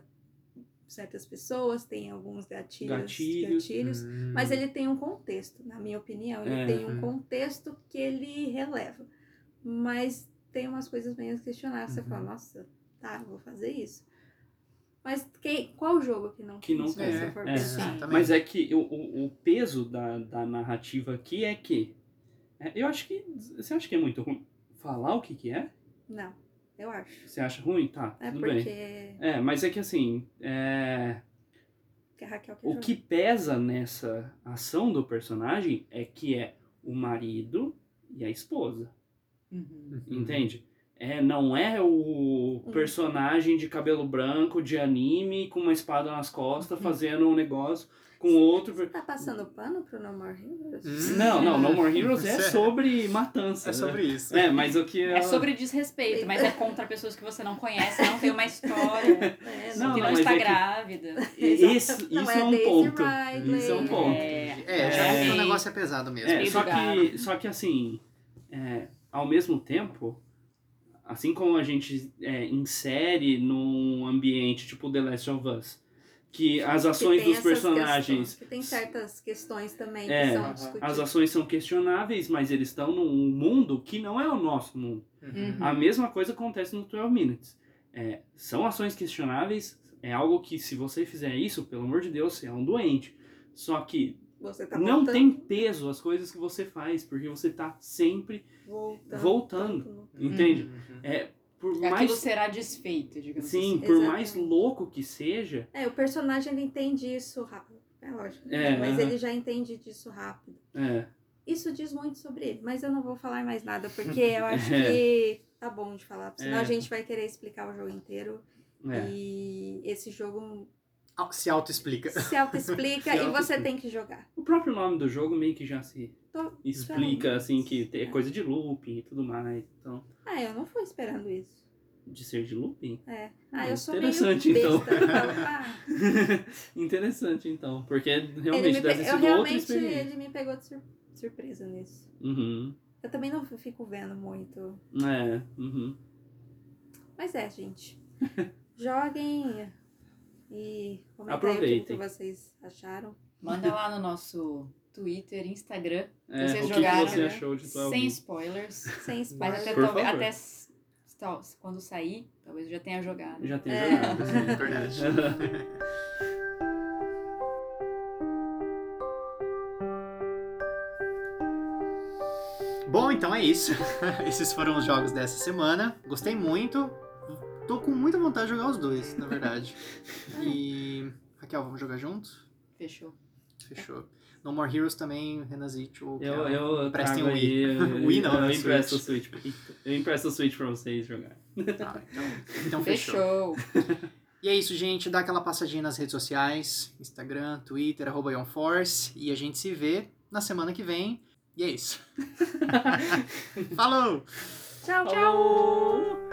[SPEAKER 4] certas pessoas, tem alguns gatilhos,
[SPEAKER 3] Gatilhos. uhum.
[SPEAKER 4] gatilhos,
[SPEAKER 2] Uhum.
[SPEAKER 4] mas ele tem um contexto, na minha opinião, ele
[SPEAKER 3] É.
[SPEAKER 4] tem um contexto que ele releva. Mas tem umas coisas meio questionáveis, você
[SPEAKER 3] Uhum.
[SPEAKER 4] fala, nossa, tá, eu vou fazer isso. Mas quem, qual jogo que não
[SPEAKER 3] Que não
[SPEAKER 4] tem, se
[SPEAKER 2] tem,
[SPEAKER 4] você for
[SPEAKER 3] é.
[SPEAKER 4] pensar?
[SPEAKER 2] Sim, também.
[SPEAKER 3] Mas é que o, o, o peso da, da narrativa aqui é que. é, Eu acho que. Você acha que é muito ruim falar o que, que é?
[SPEAKER 4] Não, eu acho.
[SPEAKER 3] Você acha ruim? Tá,
[SPEAKER 4] É
[SPEAKER 3] tudo bem.
[SPEAKER 4] porque
[SPEAKER 3] É, mas é que assim. é,
[SPEAKER 4] que a Raquel quer
[SPEAKER 3] O
[SPEAKER 4] jogar.
[SPEAKER 3] que pesa nessa ação do personagem é que é o marido e a esposa.
[SPEAKER 5] Uhum.
[SPEAKER 3] Entende? É, não é o personagem de cabelo branco, de anime, com uma espada nas costas, fazendo um negócio com outro.
[SPEAKER 4] Você tá passando pano pro No More Heroes?
[SPEAKER 2] Hum.
[SPEAKER 3] Não, não, No More Heroes é
[SPEAKER 2] Sério?
[SPEAKER 3] sobre matança.
[SPEAKER 2] É sobre isso.
[SPEAKER 3] né? É, mas o que.
[SPEAKER 5] É
[SPEAKER 3] ela-
[SPEAKER 5] sobre desrespeito, mas é contra pessoas que você não conhece, não tem uma história,
[SPEAKER 3] Não,
[SPEAKER 4] É,
[SPEAKER 5] que
[SPEAKER 3] não,
[SPEAKER 5] não
[SPEAKER 3] mas
[SPEAKER 5] está
[SPEAKER 3] é que-
[SPEAKER 5] grávida.
[SPEAKER 3] Isso, isso
[SPEAKER 4] Não,
[SPEAKER 3] é, um
[SPEAKER 4] Daisy
[SPEAKER 3] ponto.
[SPEAKER 4] Ridley, né?
[SPEAKER 3] Isso é um ponto.
[SPEAKER 2] É, já
[SPEAKER 3] É.
[SPEAKER 2] vi que o negócio é pesado mesmo.
[SPEAKER 3] É, só,
[SPEAKER 5] Obrigado.
[SPEAKER 3] que, só que assim, é, ao mesmo tempo, assim como a gente é, insere num ambiente tipo The Last of Us, que as
[SPEAKER 4] Que
[SPEAKER 3] ações
[SPEAKER 4] tem
[SPEAKER 3] dos
[SPEAKER 4] essas
[SPEAKER 3] personagens.
[SPEAKER 4] questões, que tem certas questões também que
[SPEAKER 3] É,
[SPEAKER 4] são
[SPEAKER 2] as
[SPEAKER 4] discutidas.
[SPEAKER 3] As ações são questionáveis, mas eles estão num mundo que não é o nosso mundo.
[SPEAKER 5] Uhum.
[SPEAKER 3] A mesma coisa acontece no 12 Minutes. É, são ações questionáveis, é algo que se você fizer isso, pelo amor de Deus, você é um doente. Só que
[SPEAKER 4] Você tá
[SPEAKER 3] não
[SPEAKER 4] voltando,
[SPEAKER 3] tem peso as coisas que você faz, porque você tá sempre,
[SPEAKER 4] voltando,
[SPEAKER 3] voltando. entende?
[SPEAKER 2] Uhum.
[SPEAKER 3] É, por
[SPEAKER 5] Aquilo
[SPEAKER 3] mais
[SPEAKER 5] será desfeito, digamos
[SPEAKER 3] sim,
[SPEAKER 5] assim.
[SPEAKER 3] por
[SPEAKER 4] Exatamente.
[SPEAKER 3] mais louco que seja,
[SPEAKER 4] É, o personagem ele entende isso rápido. É lógico.
[SPEAKER 3] É,
[SPEAKER 4] mas
[SPEAKER 3] aham.
[SPEAKER 4] ele já entende disso rápido.
[SPEAKER 3] é,
[SPEAKER 4] Isso diz muito sobre ele, mas eu não vou falar mais nada, porque eu acho
[SPEAKER 3] É.
[SPEAKER 4] que tá bom de falar. Senão
[SPEAKER 3] É.
[SPEAKER 4] a gente vai querer explicar o jogo inteiro.
[SPEAKER 3] é.
[SPEAKER 4] E esse jogo
[SPEAKER 2] Au- Se auto-explica.
[SPEAKER 4] se auto-explica
[SPEAKER 3] Se
[SPEAKER 4] e você
[SPEAKER 3] auto-explica.
[SPEAKER 4] tem que jogar.
[SPEAKER 3] o próprio nome do jogo meio que já se
[SPEAKER 4] Tô-
[SPEAKER 3] explica assim que te- é
[SPEAKER 4] Tá, É.
[SPEAKER 3] coisa de looping e tudo mais, então
[SPEAKER 4] Ah, eu não fui esperando isso.
[SPEAKER 3] de ser de looping.
[SPEAKER 4] É. Ah,
[SPEAKER 3] É
[SPEAKER 4] eu sou meio
[SPEAKER 3] interessante,
[SPEAKER 4] besta.
[SPEAKER 3] então.
[SPEAKER 4] eu falo, ah,
[SPEAKER 3] Interessante então, porque
[SPEAKER 4] ele me
[SPEAKER 3] realmente
[SPEAKER 4] pe-
[SPEAKER 3] deve ter
[SPEAKER 4] eu
[SPEAKER 3] sido outra
[SPEAKER 4] realmente
[SPEAKER 3] experiência.
[SPEAKER 4] ele me pegou de sur- surpresa nisso.
[SPEAKER 3] Uhum.
[SPEAKER 4] Eu também não fico vendo muito.
[SPEAKER 3] É, uhum.
[SPEAKER 4] Mas é, gente. Joguem e comentem aí o que
[SPEAKER 3] Aproveitem.
[SPEAKER 4] vocês acharam.
[SPEAKER 5] Manda lá no nosso Twitter, Instagram,
[SPEAKER 3] É,
[SPEAKER 5] Vocês
[SPEAKER 3] o que que,
[SPEAKER 5] jogaram,
[SPEAKER 3] você
[SPEAKER 5] né?
[SPEAKER 3] achou de Twelve
[SPEAKER 5] sem
[SPEAKER 3] Minutes?
[SPEAKER 5] spoilers.
[SPEAKER 4] Sem
[SPEAKER 5] Mas
[SPEAKER 4] spoiler.
[SPEAKER 5] até,
[SPEAKER 3] Por
[SPEAKER 5] talvez,
[SPEAKER 3] favor.
[SPEAKER 5] até s- tal- quando sair, talvez eu já tenha jogado.
[SPEAKER 3] Já tem
[SPEAKER 4] É.
[SPEAKER 3] jogado. né?
[SPEAKER 2] É verdade. Bom, então é isso. Esses foram os jogos dessa semana. Gostei muito. Tô com muita vontade de jogar os dois, na verdade.
[SPEAKER 4] Ah.
[SPEAKER 2] E. Raquel, vamos jogar juntos?
[SPEAKER 5] Fechou.
[SPEAKER 2] Fechou. No More Heroes também, Renazit ou
[SPEAKER 3] Eu,
[SPEAKER 2] Kel.
[SPEAKER 3] eu
[SPEAKER 2] Emprestem
[SPEAKER 3] trago
[SPEAKER 2] um
[SPEAKER 3] aí, eu-
[SPEAKER 2] Wii não,
[SPEAKER 3] eu
[SPEAKER 2] né,
[SPEAKER 3] empresto o Switch. Eu empresto o Switch pra vocês jogarem.
[SPEAKER 2] Ah, então, então fechou.
[SPEAKER 5] Fechou.
[SPEAKER 2] E é isso, gente. Dá aquela passadinha nas redes sociais: Instagram, Twitter, arroba IonForce. E a gente se vê na semana que vem. E é isso. Falou!
[SPEAKER 4] Tchau, tchau!
[SPEAKER 3] Falou!